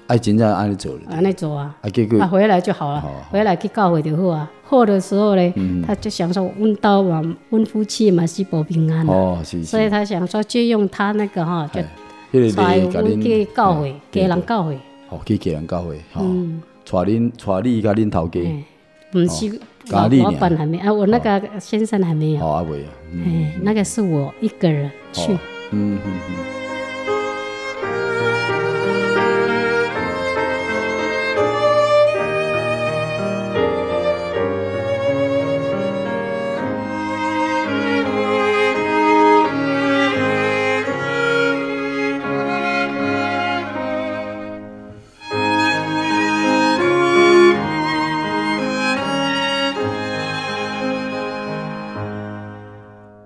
哎，真正安尼做了，
安尼做啊，
啊，哦结
啊
果
回来就好了
好好，
回来去教会就好啊。好的时候呢，
嗯
他就想说，阮兜嘛，阮夫妻嘛是保平安啊，
哦是，
所以他想说借用他那个哈，就
迄
带
个甲
阮
恁
去教会，
嘿
家人
对对
教嗯会，
哦去家人教会，吼，带恁带你甲恁头家，
哎，不是
咖
老
喱
老
哦呢
板还没啊，我那个先生还没有，
好阿伟啊，嗯
哎，那个是我一个人去
哦，嗯嗯嗯，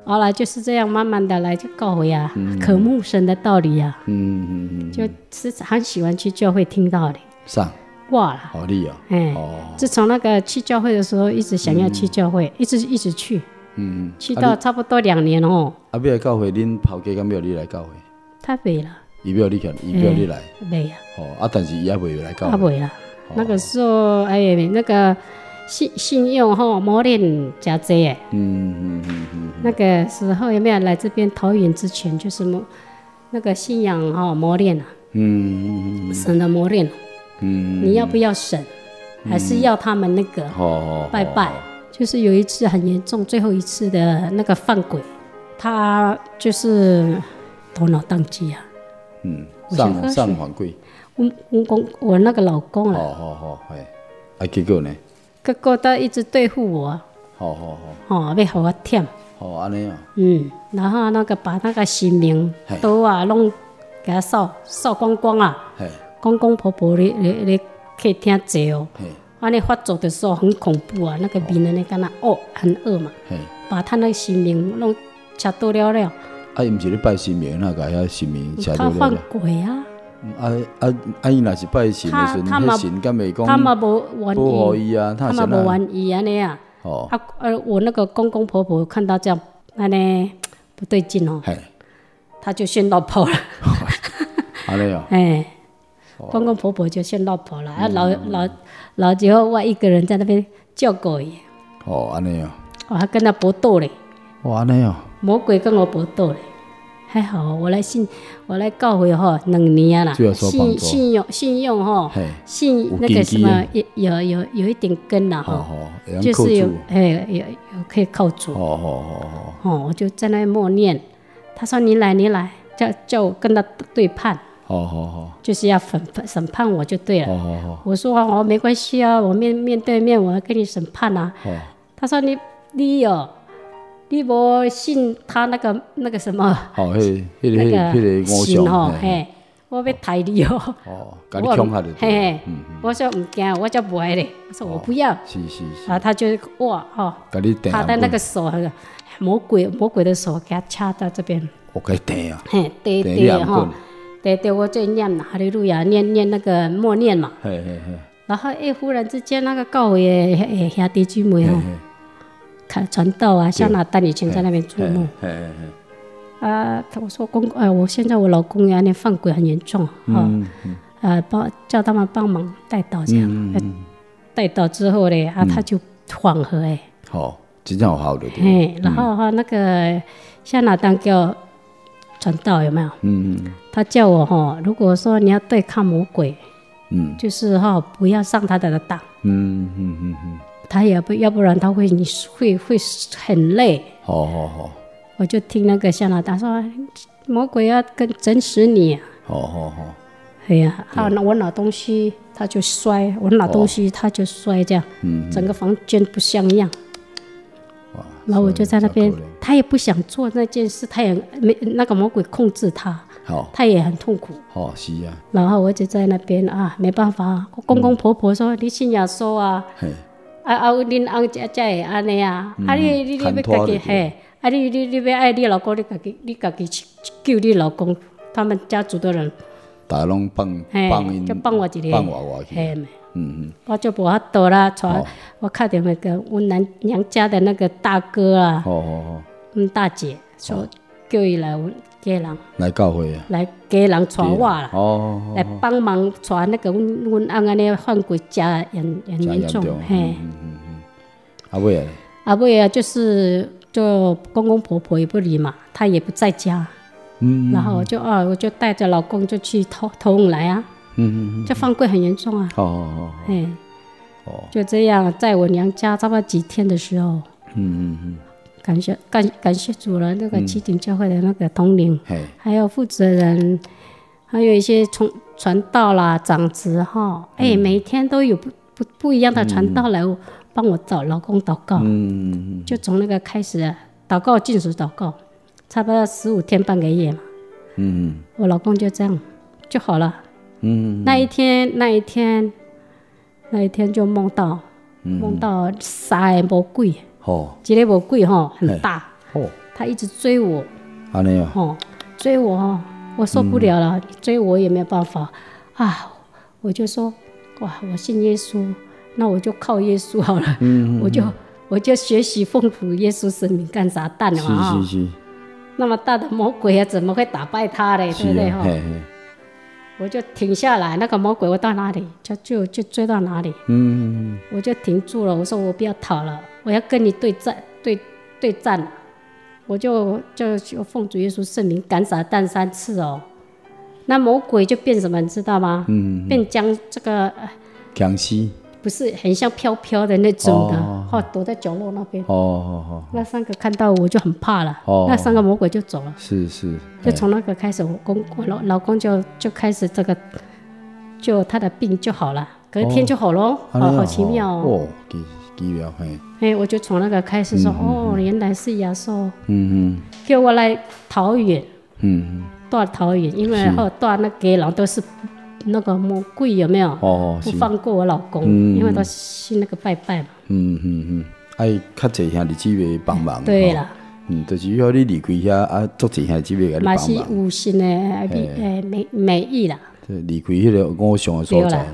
好来就是这样慢慢的来就告回啊，渴慕神的道理啊，
嗯嗯嗯，
就是很喜欢去教会听道理。
上
哇啦，
好厉害，
哎，
哦，
自从那个去教会的时候，一直想要去教会，一直一直去，
嗯，嗯
去到差不多两年哦，
啊，要来教会，恁头家敢要你来教会？
他没了，
伊要你去，伊要你来，
没啊，
哦，啊，但是伊也未来教
他
会，
没了。
哦
那个时候，哎呀，那个信信用吼磨练加济哎，
嗯嗯嗯嗯
那个时候有没有来这边桃园之前，就是磨那个信仰哈、磨练啊，
嗯嗯
神的磨练啊、
嗯
你要不要神，还是要他们那个
嗯，好，
拜拜？就是有一次很严重，最后一次的那个犯规，他就是头脑宕机啊。
嗯，
我想喝
上
水
上反贵，
我我公我那个老公啊，
好好好，哎，啊，结果呢？
哥哥他一直对付我啊，
好好好，
哦，要给我舔。
好安尼啊，
嗯，然后那个把那个神明
嘿
都啊弄给他扫扫光光啊，
嘿，
公公婆婆咧咧咧客厅坐哦，
嘿，
安尼发作的时候很恐怖啊，那个病人呢，敢那恶很恶嘛，
嘿，
把他那个神明弄吃多了了，
啊，伊毋是咧拜神明，那个遐神明吃
他
到
犯
了，
鬼啊，
啊啊啊，伊若是拜神的时阵，
他他嘛
迄神敢袂讲
他嘛无愿
保护
意，
伊啊，
他
是
嘛
哪
无愿意安尼啊，
哦，
啊呃我那个公公婆婆看到这样安尼不对劲哦，
嘿，哦
他就先落跑了。
安尼哦，
哎，公公婆婆就先落跑了，啊
嗯
老老老几后我一个人在那边叫狗耶，
哦，安尼哦，
我还跟他搏斗嘞，
哇，安尼哦，
魔鬼跟我搏斗嘞。还好哦我来信，我来告回吼，两年啊啦
主要，说帮助
信信用信用吼
嘿，
信
有
那个
根基啊哦
什么有有有有一点根了
好
哈，
好，会
就
当扣
是有
住，
哎有有可以靠住
哦哦哦
哦，我就在那默念，他说你来你来，叫叫我跟他对判，
哦，好好好，
就是要审审判我就对了
好。好好，
我说哦，没关系啊，我面面对面，我要跟你审判啊。
好，
他说你你哦，你无信他那个那个什么
好，迄迄个
那
迄
个
个偶
神哦
像，，嘿，
嘿，我要抬你哦。
哦，甲你
我
恐吓着，
嘿嘿，我说唔惊，我就不爱嘞。我说我不要，
是是是，
然后他就哇哦，
甲你定啊
他的那个手，魔鬼魔鬼的手给他掐到这边，
我给定啊，
嘿，对
对
对
两
哈
棍，
对对，我就念哈利路亚，念念那个默念嘛。
嘿嘿嘿，
然后哎，忽然之间那个告委的诶兄弟姊妹吼
嘿，
看传道啊，像那丹以前在那边做梦
嘿嘿嘿，
啊，他我说公呃，我现在我老公有点犯规很严重
嗯
哈，呃帮叫他们帮忙带到这样，
嗯
呃带到之后嘞啊，他就缓和哎，
好，真正有效着嗯对，嗯
嘿，然后哈那个像那丹叫传道有没有？
嗯嗯
他叫我哈，如果说你要对抗魔鬼，
嗯
就是哈不要上他的当。
嗯嗯嗯嗯，
他也不，要不然他会你会会很累。
好好好，
我就听那个香拿大说，哎魔鬼要跟整死你、啊。
好好好，
哎呀，啊，那我拿东西他就摔，我拿东
哦
西他就摔，这样，
嗯
整个房间不像样。
哇，
然后我就在那边
所以才可怜，
他也不想做那件事，他也没那个魔鬼控制
哦
他，
好，
他也很痛苦。
好是啊，
然后我就在那边啊，没办法啊，公公婆婆说、你信耶稣啊，
嘿，
啊啊，恁翁才才会安尼啊，啊你你你要
牵
家
嗯拖就对
己嘿，啊你你你要爱你老公，你家己你家己去去救你老公，他们家族的人，
大家拢放
嘿
放因，
就放我一个
放我我去，
嘿，
嗯嗯，
我就无法度啦，
哦
传、我打电话跟我男娘家的那个大哥啊，
好好好，
嗯大
哦
姐说叫伊来阮家人
来教会啊，
来家人传我啦。
哦，
来帮忙传那个阮阮翁安尼犯规，加严严
真
严
严
重
重，，
嘿
嗯，嗯嗯，啊尾啊，
啊尾啊就是就公公婆婆也不理嘛，他也不在家，
嗯
然后我就啊，我就带着老公就去投投影来啊，
嗯嗯，
就犯规很严重啊，
好好好，
哎，
哦，
就这样，在我娘家差不多几天的时候，
嗯嗯嗯，
感谢感感谢主人那个七顶教会的那个统领，
嘿，
还有负责人，还有一些传传道啦、长子哈，
嗯
哎，每天都有不不不一样的传道来帮我找老公祷告，
嗯
就从那个开始啊祷告、禁食祷告，差不多十五天半个月嘛，
嗯
我老公就这样就好了。
嗯
那一天，那一天，那一天就梦到，
嗯
梦到三个魔鬼，
好，
一个魔鬼吼很大，
哦，
他一直追我，
安尼哦，嗯
哦，追我哦，我受不了了，追我也没有办法啊，我就说哇，我信耶稣，那我就靠耶稣好了，
嗯
我就我就学习奉主耶稣神名干啥蛋了嘛啊、
是是是，
那么大的魔鬼啊，怎么会打败他嘞？对不
是
对
啊，
哈？
嘿嘿，
我就停下来，那个魔鬼我到哪里就就就追到哪里，
嗯，嗯
我就停住了。我说我不要逃了，我要跟你对战，对对战了。我就就就奉主耶稣圣名赶撒旦三次哦。那魔鬼就变什么，你知道吗？嗯，变将这个呃
嗯僵尸，
不是很像飘飘的那种的，
哦
哦，躲在角落那边。
哦哦哦，
那三个看到我就很怕了，
哦哎
那三个魔鬼就走了。
是是，
就
嘿
从那个开始，我公我老老公就就开始这个，就他的病就好了，隔天就好了，好、
安尼
好
哦
奇妙哦。
哦，奇奇妙嘿，
哎、我就从那个开始说，哦，原来是亚寿，
嗯
叫我来桃园，
嗯嗯，
到桃园，因为后到那给人都是那个魔鬼有没有？
哦
不
是，
放过我老公，
嗯
因为他信那个拜拜嘛。
嗯嗯嗯，爱较侪兄弟姊妹帮忙，
对
吼
啦，
嗯，就是要你离开遐啊，足侪兄弟姊妹甲你
嘛是
帮忙，
有信的哎美哎美美意啦，
对离开迄个偶像的所
对
在
啦，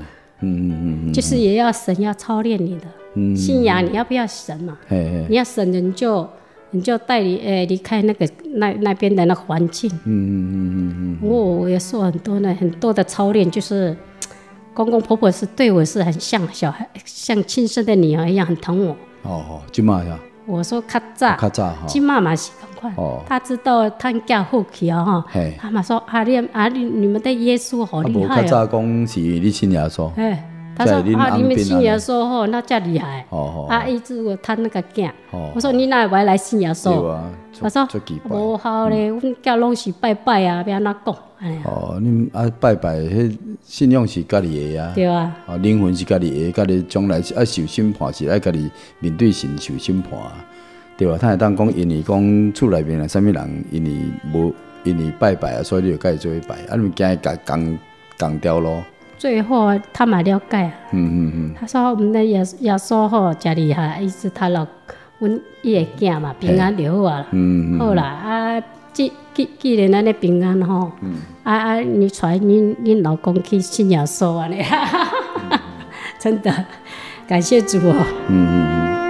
嗯嗯嗯嗯，
就是也要神要操练你的、
嗯哎
信仰，你要不要神嘛？
嘿嘿，
你要省人就你就带离诶离开那个那那边的那个环境。
嗯嗯嗯嗯
我我也受很多呢很多的操练，就是公公婆婆是对我是很像小孩，像亲生的女儿一样很疼我。
嗯，哦哦，即嘛呀，
我说较早，
较早吼，
亲妈妈是赶
哦
快，她知道她嫁后去啊哈
嘿，
她嘛说啊你啊你你们的耶稣好
啊
厉
无
害
较
哦，
早讲是你亲爷说，
哎，她
在
说
恁
啊你
翁
们
边
信
啊
耶稣哦那叫厉害，
哦哦
啊一直我她那个囝
哦，
我说你哪会来信耶稣？
对啊，足
我说
足奇怪。
无效咧，阮囝拢是拜拜啊，要安怎讲？安尼啊
嗯哦，恁啊拜拜，迄信仰是家己的啊，
对啊，
啊灵魂是家己的，家己将来是爱受审判，是爱家己面对神受审判啊，对吧？他会当讲因为讲厝内面啊，啥物人因为无因为拜拜啊，所以你就甲伊做伙拜，啊你惊伊甲共共掉咯，
最后他嘛了解啊，
嗯嗯嗯，
他说我们的耶耶稣吼真厉害，伊是他老阮伊个囝嘛平安就好啊啦，
嗯
好啦啊，既既既然安尼平安吼，
嗯
啊啊，你带恁恁老公去信耶稣安尼， [laughs] 真的感谢主哦。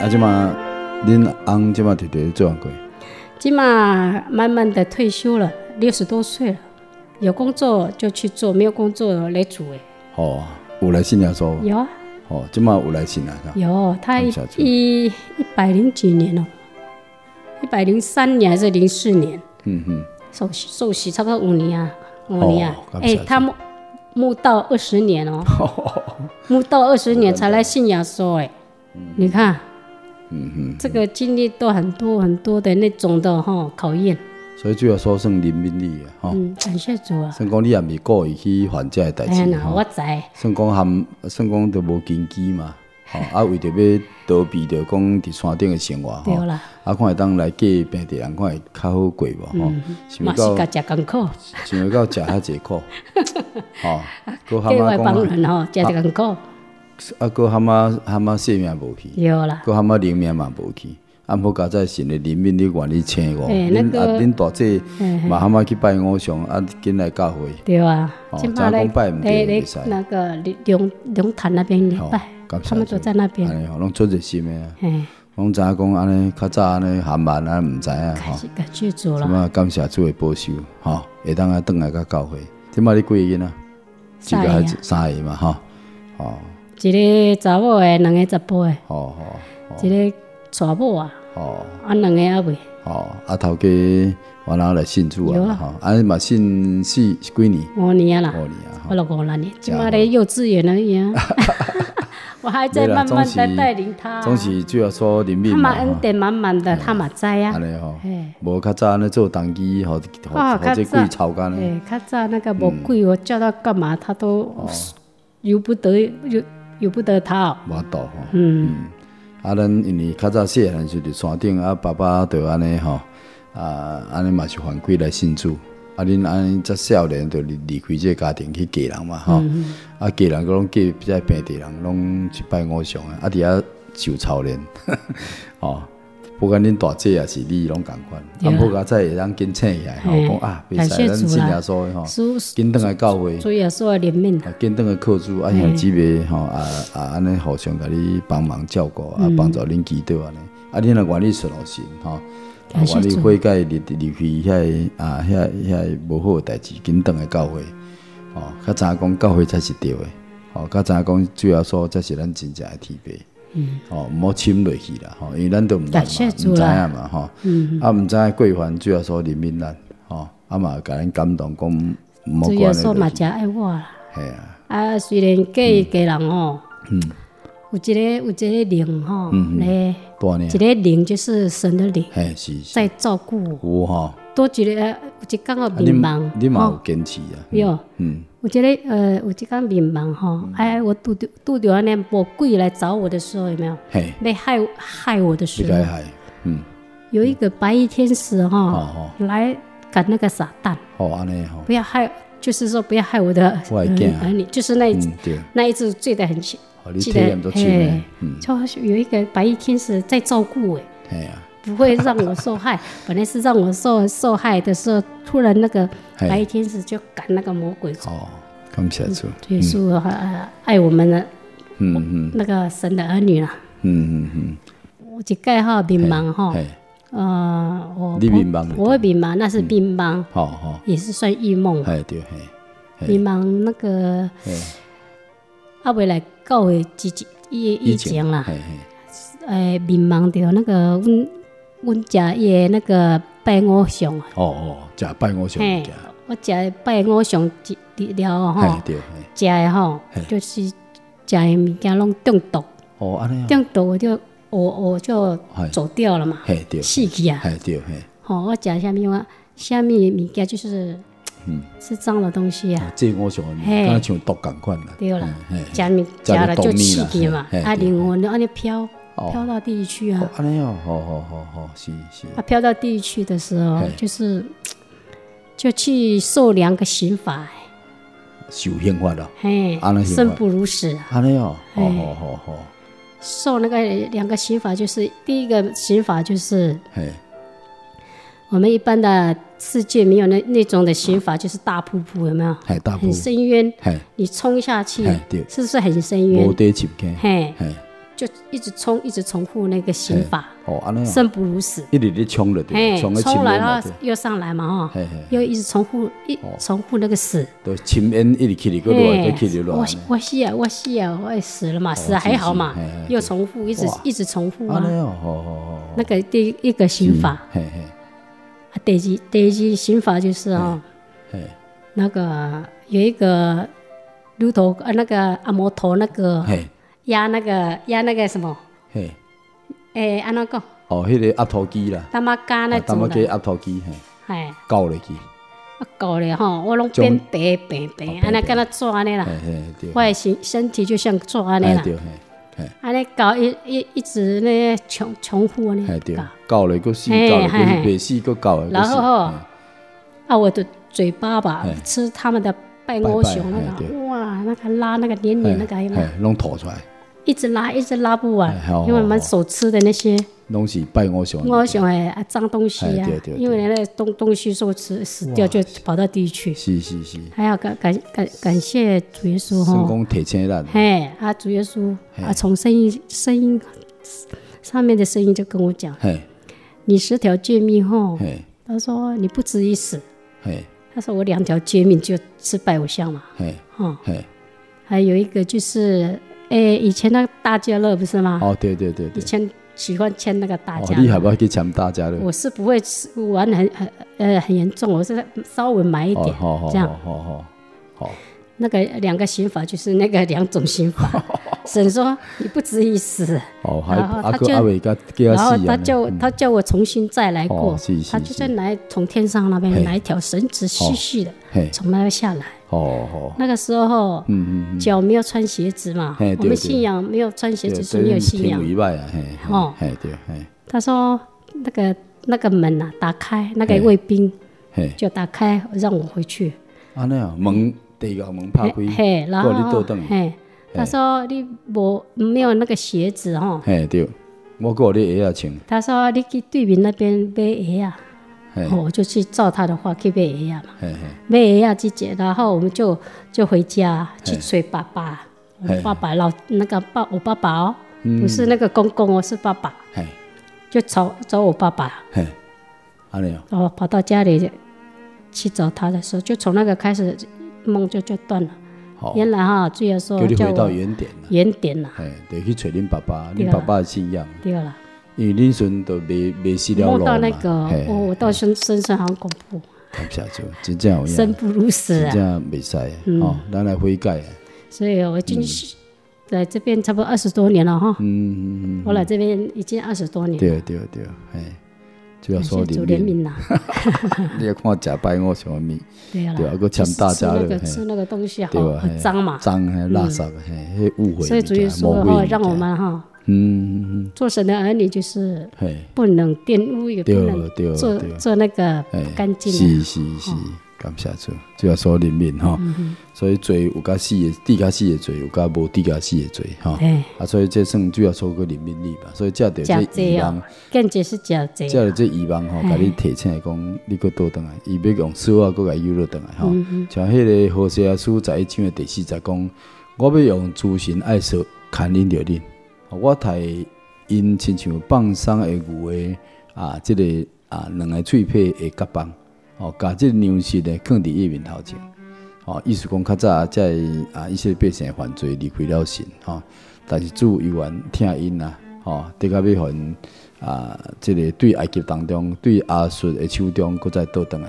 啊即嘛恁翁即嘛直直做安过，
起码慢慢的退休了，六十多岁了，有工作就去做，没有工作来煮哎。
哦，有来信耶稣无，
有啊，
哦即嘛有来信啊，是吧
有，他一
感谢主
一一百零几年了，一百零三年还是零四年，
嗯嗯，
受洗受洗差不多五年啊，五年啊
感，谢
哎、
主
他牧牧到二十年哦，牧到二十年才来信仰说哎，你看，嗯这个经历都很多很多的那种的哈、考验，
所以主要说算怜悯你啊，吼。
嗯，感谢主啊，
算讲你也毋是故意去犯这个哦代
哎呀
志啊
呐，
吼
我，知。
算讲含算讲都无根基嘛，吼，啊为着要逃避着讲伫山顶的生活吼
对，啦，
啊看会当来嫁平地人，看会较好过无吼，想
嗯嘛
要
是
到
家食艰苦，
想要到食遐济
[laughs]
苦，吼，搁
叫
含啊
外帮
讲
人吼，食艰苦，
啊搁含啊含啊性命无去，
对啦，
搁含啊灵命嘛无去。啊，好加在神的怜悯，你愿意请我，
哎那
恁啊
个
恁大姐
哎
嘛，含啊去拜偶像，啊，紧来教会，
对啊
哦。
现
咱讲拜不对
咧
不可以
那个龙龙潭那边礼
吼
拜，
感谢
他们都
主哎
在那边，
安尼吼，拢做热心的啊。
哎，
拢知影讲安尼，较早安尼含慢安尼毋知影啊
开
吼。
始感谢主
即
了，
马感谢主的保守吼，会当啊转来甲教会。即马你几个囡仔？一
三
个
个
还
啊
是三个嘛吼？吼
一个查某的，两个查甫的，
吼吼
一个娶某啊，
吼
啊两个还未，
吼，啊头家原来来信主啊嘛吼，安尼嘛信四几年，
五年啊
五
啦，
年啊
我
吼。
了五六年，
真
现
好
在咧幼稚园而
[laughs]
已啊，我还在
没啦
慢慢
总是
的带领他啊，
总是主要说人民
他
嘛
嘛
吼
恩，典满满的，他嘛知啊
安。尼吼
嘿，
无较早安尼做当机，吼
哦，
吼
较
或者
早
鬼操干呢。嗯
哎，较早那个魔鬼，我叫他干
哦
嘛，他都由不得由由不得他哦。
无法度吼。
嗯，
啊，咱因为较早细汉时伫山顶，啊，爸爸就安尼吼，啊，安尼嘛是犯规来信主。啊，恁安尼则少年就离离开这个家庭去嫁人嘛，吼、
嗯
啊，嫁人个拢嫁在平地人，拢一拜五常啊，啊，伫遐受操练， [laughs] 吼、不管恁大姐也是你拢共款，
对
啊，
啊
无甲再会当紧请起来，吼，
嘿
讲啊，袂
感
使
谢
咱
主
信耶
啦
稣的吼，
主
紧等来教会。
主耶稣的怜悯
啊，简单的靠主，
嗯
啊，兄姊妹吼，啊啊，安尼互相甲你帮忙照顾，
嗯
啊，帮助恁祈祷安尼，啊，恁若愿意顺路神吼，啊，
感谢
愿意
主
悔改离离开遐个啊遐遐无好诶代志，紧当诶教会，吼，较早讲教会才是对诶，吼，较早讲主要说才是咱真正诶天父。嗯，哦，毋好深落去啦，吼，因为咱都毋捌
感谢
嘛，
主
毋知
啦嗯
影嘛，吼，啊，毋知影贵凡主要说人民咱，吼，啊嘛，甲咱感动，讲毋好
主耶
管
稣嘛
落去，
真爱我啦。
系啊。
啊，虽然嫁伊家人吼，
嗯
有一个有一个灵吼，咧、
大呢，
一个灵就是神的灵
嗯嘿是是，
在照顾我，
有吼，
多一个呃有一天个
啊你
迷茫，
你嘛有坚持啊，
对哦
嗯，
有一个呃有一天迷茫吼，哎，我拄着拄着安尼魔鬼来找我的时候，有没有？
嗯嘿，
被害害我的
你
时
该
候，
害，嗯，
有一个白衣天使哈、
哦
来赶那个撒旦，
吼，好安尼吼，
不要害，就是说不要害我的
我的
嗯
囝
儿女，就是那一
嗯对，
那一次醉得很起
哦你体验都深
嘿
诶，嗯，
就是有一个白衣天使在照顾我，
嘿啊，
不会让我
[laughs]
受害。本来是让我受受害的时候，突然那个
嘿
白衣天使就赶那个魔鬼走。
哦，感谢主，
耶稣呃爱我们的
嗯嗯
那个神的儿女啦。啊
嗯嗯嗯
我一概哈迷茫哈
嗯，，嘿，
呃，我
你迷茫了嗯
我会迷茫，那是迷茫，
好好，
也是算预梦。
嘿对嘿，嘿
迷茫那个
嘿
阿未来告的之前伊的疫情啦，
嘿嘿，
诶，迷茫着那个阮阮食伊的那个拜五上啊，
哦哦，食拜五上物
嘿哦
件，，
我食的拜五上了
嘿
吼，
对嘿，
食的吼
嘿
就是食的物件拢中毒，
哦安尼啊，
中毒我就我我就
嘿
走掉了嘛，
嘿对，
死去啊。
嘿对嘿，
吼，我食啥物啊？啥物物件就是，
嗯
是脏的东西啊
啊，这五上的物件，
嘿
敢若像毒共款啦，
对啦
嗯，嘿，
食物
食
食
了
了就
动力
刺
啦
激嘛
嘿，嘿
啊，
对
灵魂就安尼飘
哦
飘到地狱去啊
哦，安尼哦，好好好好，是是，
啊，飘到地狱去的时候
嘿，
就是就去受两个刑罚，
受刑罚啦。
嘿
啊那，刑罚
生不如死啊，
安尼哦，
哎
好好好好，
受那个两个刑罚就是第一个刑罚就是
嘿，
我们一般的世界没有那那种的刑罚，就是大瀑布有没有？
嘿，大步
很，深渊，
嘿，
你冲下去
嘿对
是不是很深
无
渊？
底深坑，
嘿，
嘿，
就一直冲，一直重复那个刑法，
哦，安尼哦，
生不如死。
一直咧冲了对，
嘿，
冲咧
冲
深
来
渊了
了
对，
又上来嘛哈
嘿嘿，
又一直重复一重复那个死。
都深渊一直起哩个落来，
嘿
个起哩落
我
来呢，
我死啊，我死啊，我也死了嘛，死啊还好嘛
是是嘿嘿，
又重复，一直一直重复
安尼
啊。
哦，好好好好，
那个第一个刑法，啊，
嘿嘿
第一第一刑法就是哦，
嘿，
那个有一个牛头呃那个按摩头那个
嘿
压那个压那个什么，
嘿，
诶，安那讲，
哦，迄个压土机啦，
大妈干那
啊，淡
种
薄叫
的，
压土机，嘿，
哎。
搞落去，
啊，狗咧吼，我拢
中
变白白白，安尼敢若纸安尼啦
哦嘿，嘿对，
我的身身体就像纸安尼
嘿
啦，
哎对嘿，嘿
安尼搞一一一直咧重重复安尼
哎嘿对
搞，，
搞落个死，
嘿
搞落个
嘿嘿
未死，个搞落
然
个死，
后哦吼
嘿
啊，我的嘴巴吧
嘿
吃他们的拜偶熊
哎拜拜哎
那
嘿对哎
个，哇，那个拉那个黏黏那个，有没有
嘿，拢吐出来，
一直拉一直拉不完
嘿哎好，
因为我们
好好
手吃的那些
拢是拜偶像的，
偶熊诶啊脏东西
嘿
啊
哎对对，
因为那个东东西说吃死掉就跑到地狱去，
是是是，
还要感感感感谢主耶稣
算
吼。
讲提醒咱。
哦嘿，啊，主耶稣啊，从声音声音上面的声音就跟我讲，
嘿，
你十条诫命吼，
嘿，
他说你不止一死，
嘿，
他说我两条诫命就是拜偶像嘛，
嘿，
哈、
嘿，
还有一个就是，诶，以前那个大家乐不是吗？
哦，对对对
以
对，
前喜欢签那个大
哦
家，
你
乐，
还不要去抢大家了？
我是不会吃玩得很很呃很严重，我是稍微买一
哦，
点、
好好
这样
好。好好好，
那个两个刑法就是那个两种刑
[laughs]
法，神说你不止一死。
哦，还
然后
阿
他
哥
就
阿伟跟给
然后
他死
他
啊，
叫他叫我重新再来过
哦是是，
他就再来从天上那
嘿
边拿一条绳子细细的
嘿
从那边下来，
哦哦，
那个时候
嗯嗯嗯，
脚没有穿鞋子嘛，
嘿对
我们
对
信仰没有穿鞋
对
子是没有信仰
挺。礼拜啊，嘿，嘿
哦
嘿对，嘿
他说那个那个门啊打开，那个
嘿
卫兵
嘿，
就打开让我回去。
安尼啊，门地狱门拍开
嘿，嘿，然
叫你倒
后
转去，
嘿，他说你无没有那个鞋子哦，
嘿对，我叫你鞋啊穿，
他说你去对面那边买鞋啊，
嘿
哦我就去照他的话去买鞋啊嘛，
嘿嘿，
买鞋啊去解，然后我们就就回家去催爸爸，
嘿嗯
我爸爸老那个爸我爸爸哦，不是那个公公哦，是爸爸，
嘿
就找找我爸爸，
嘿，安尼啊，
然后跑到家里去找他的时候，就从那个开始梦就就断了。
好，
原来哈，主要说
哦叫你
叫
回到
我
原点啦，
原点啦，
嘿，得去找恁爸爸，
对
恁
啊
爸爸的信仰，
对了。
因为恁孙都未未死了
梦
路
到
嘛
那个，
嘿哦
哦，我到深深圳好恐怖，
感谢主，真正有
生
影，
不如死
真
啊！
正未使哦，咱来悔改啊，
所以我进去来这边差不多二十多年了哈，
嗯嗯嗯，嗯
我来这边已经二十多年了，
对对对，嘿，主要
嗯感
说
谢主哎怜
怜悯，
悯呐，啊
你也看假拜我什么面。
对啦，
对啊还佫欠
就是
大家
吃那
了
个
嘿
吃那个东西好
对吧？嘿
很脏嘛，嗯
脏还垃圾，嘿，迄误会的物件。
所以主耶稣
魔
哈
鬼的
让
物件
我，们哈
嗯，嗯嗯
做神的儿女就是
嘿，
不能玷污，也不
对啊
能
对
做
对
做那个
嘿
不干净啊哦
是
的
是是，感谢主，主要说怜悯吼。
嗯
所以罪有甲死的，地甲死的罪有甲无地甲死的罪吼。
哎，
啊，所以这算主要说个怜悯力吧。所以这着
假
这
这哦
遗
样
忘，，
更解是假这
这着
样，
这遗忘吼，
嘿
甲你提醒讲，你搁倒转来，伊要用手啊，搁甲摇落倒来
嗯
吼。像迄个何西阿书十一章的第四节讲，我要用诸神爱手牵引着恁。我太因亲像放生的牛的啊，即、个啊两个喙皮的夹棒，哦，甲即个粮食呢放伫伊面头前，哦，意思讲较早在啊一些百姓的犯罪离开了神，吼、但是主有缘听因啊，吼、哦，得甲要互因啊，即、个对埃及当中对阿述的手中，搁再倒转来。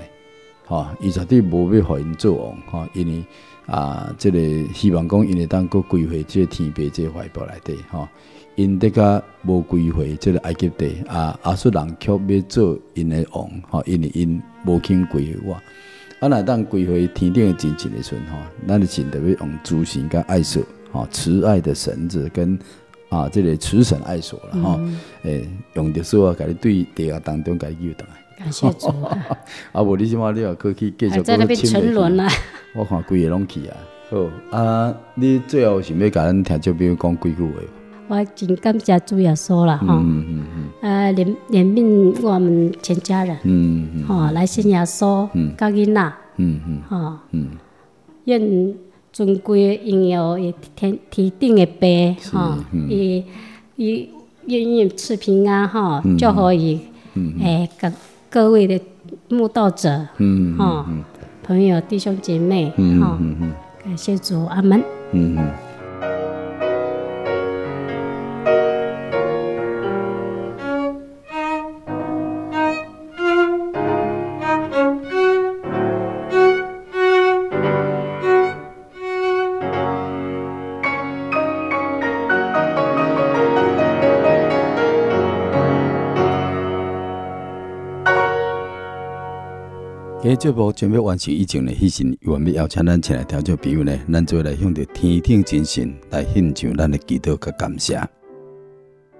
吼，伊绝对无要互因做王，吼，因为啊，即、个希望讲因会当佫归回即个天父即个怀抱内底，吼，因得甲无归回即个埃及地，啊，阿叔人却要做因的王，吼，因为因无肯归回我。啊，若当归回天顶的真神的时阵，吼，咱的神特别用诸神甲爱索，吼，慈爱的神子跟啊，即、个慈神爱索
嗯
啦，吼、诶、用着手啊，甲你对地下当中甲你救倒来。
感谢主啊，
[laughs] 啊，无你即马你也可以去继续
还在那边沉沦
啊！
了。
我看规个拢去啊。好啊，你最后想要甲咱听众朋友讲几句话无？
我真感谢主耶稣啦，哈、
[laughs] 嗯嗯嗯
呃，怜怜悯我们全家人，
嗯嗯
哈、来信耶稣，教囡仔，
嗯嗯
哈，
嗯，
愿尊贵应有的天天顶的杯，哈，伊伊愿意赐平安，哈，祝福伊，诶，各各位的慕道者，
嗯
哈，朋友弟兄姐妹，哈，感谢主，阿门。
嗯嗯。今日节目准备完成以前呢，迄时有缘要邀请咱前来听众朋友呢，咱做来向着天顶真神来献上咱的祈祷甲感谢。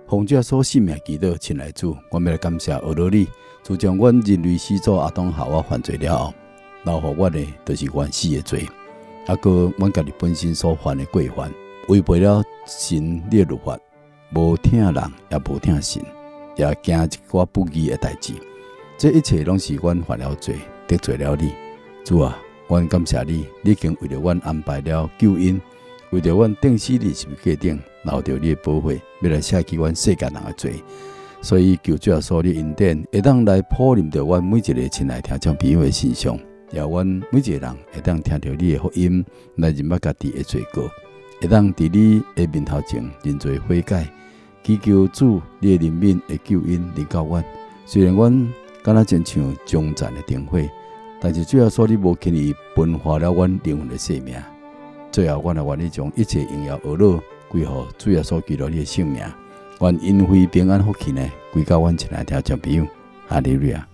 奉主所信命祈祷，亲爱主，我们来感谢俄罗斯。自从阮人类始祖阿当夏娃犯罪了后，留互我呢，就是原始的罪，啊，搁阮家己本身所犯的过犯，违背了神的律法，无听人也无听神，也惊一寡不义的代志。这一切拢是阮犯了罪，得罪了你。主啊，阮感谢你，你已经为着阮安排了救恩，为着阮定死日是规定，留着你的宝血，要来赦去阮世间人的罪。所以求主啊，所你恩典，会当来普临着阮每一个亲爱听众朋友的身上，也阮每一个人会当听着你的福音，来认捌家己的罪过，会当伫你的面头前认罪悔改，祈求主你的怜悯的救恩临到阮。虽然阮敢若亲像终战的灯火，但是主要说你无轻易分化了阮灵魂的性命。最后，阮也愿意将一切荣耀恶乐归乎主要所记录你的性命。愿因会平安福气呢，归到阮亲爱的听众朋友。哈利路亚，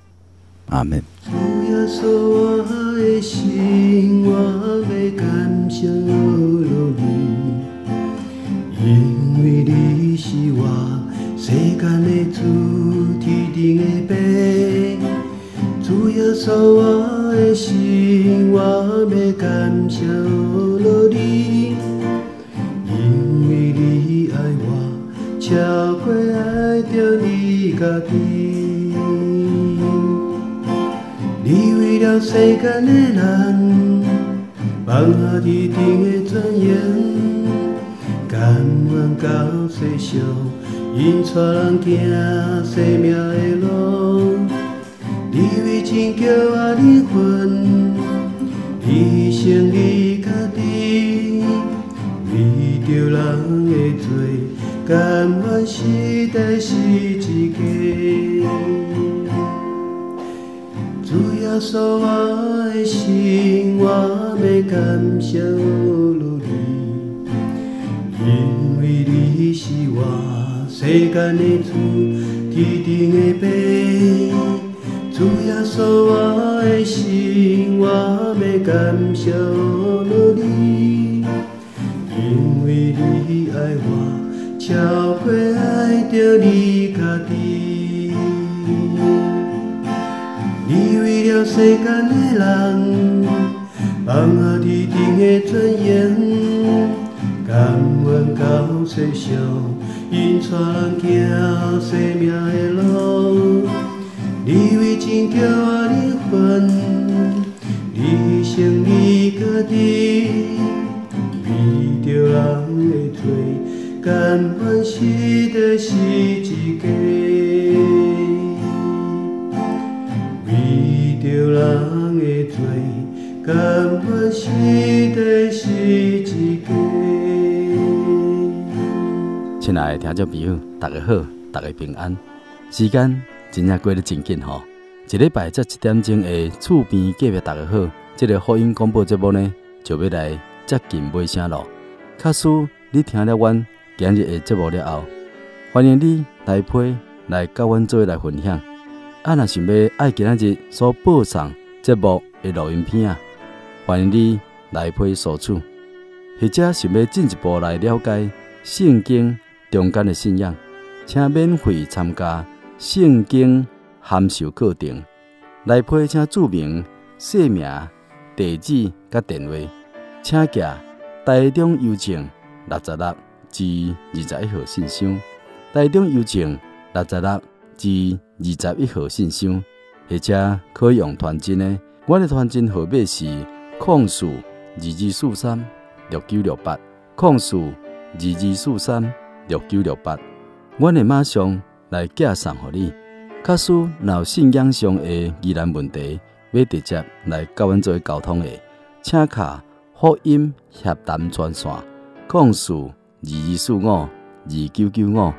阿门。
主耶稣，我的心，我要感谢落你，因为你是我世间的主，天顶的爸。主耶稣，我的心，我要感谢落你，因为你爱我，超过爱着你家己。你为了世间的人，放下天顶的尊严，甘愿到世上，引带人行生命的路。你为啊情叫我离婚，牺牲你家己，为着人的罪，甘愿死代死一家。主耶稣，我的心，我要感谢有你。因为你是我世间的主，天顶的爸。主耶稣，我的心，我要感谢有你，因为你爱我，超过爱着你家己。你为了世间的人，放下天顶的尊严，甘愿到世上，引带人行生命的路。你为情叫我离婚，你牺牲你家己，为着人的罪，甘愿死的是一家。为着人的罪，甘愿死的是一家。
亲爱的听众朋友，大家好，大家平安。时间真正过得真紧吼，一礼拜才一点钟的厝边隔壁大家好，这个福音广播节目呢，就要来接近尾声咯。假使你听了阮今日的节目了后，欢迎你来批来甲阮做伙来分享。啊，若想要爱今仔日所播送节目的录音片啊，欢迎你来批索取。或者想要进一步来了解圣经中间的信仰，请免费参加圣经函授课程。来批请注明姓名、地址甲电话，请寄台中邮政六十六至二十一号信箱。台中邮政六十六至二十一号信箱，或者可以用传真呢。我的传真号码是控诉二二四三六九六八，控诉二二四三六九六八。阮会马上来寄送互你。假使若有信仰上的疑难问题，要直接来甲阮做沟通的，请卡福音洽谈专线，控诉二二四五二九九五，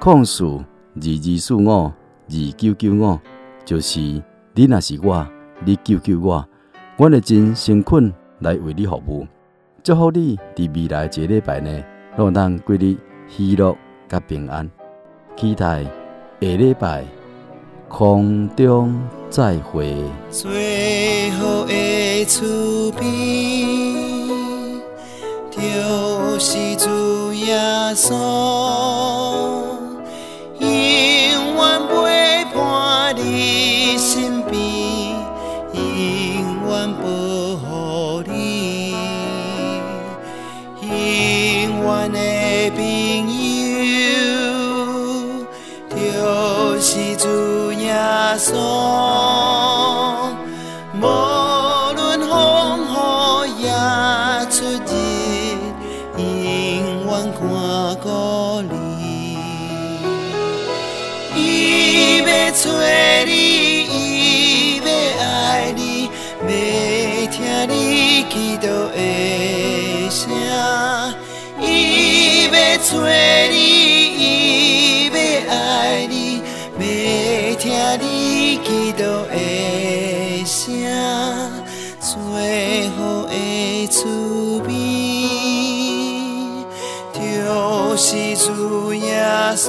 控诉二二四五二九九五，就是你若是我，你救救我，阮会真诚恳来为你服务。祝福你伫未来一个礼拜呢，让有通过日喜乐甲平安。期待下礼拜空中再会。
最好的厝边，就是主耶稣，永远陪伴你身边，永远保护你，永远的朋友，就是主耶稣。无论风雨也出日，永远看顾你。伊要找你，伊要爱你，要听你祈祷的声。伊要找你，伊要爱你，要听你祈祷的声。最好的滋味。就是主耶稣，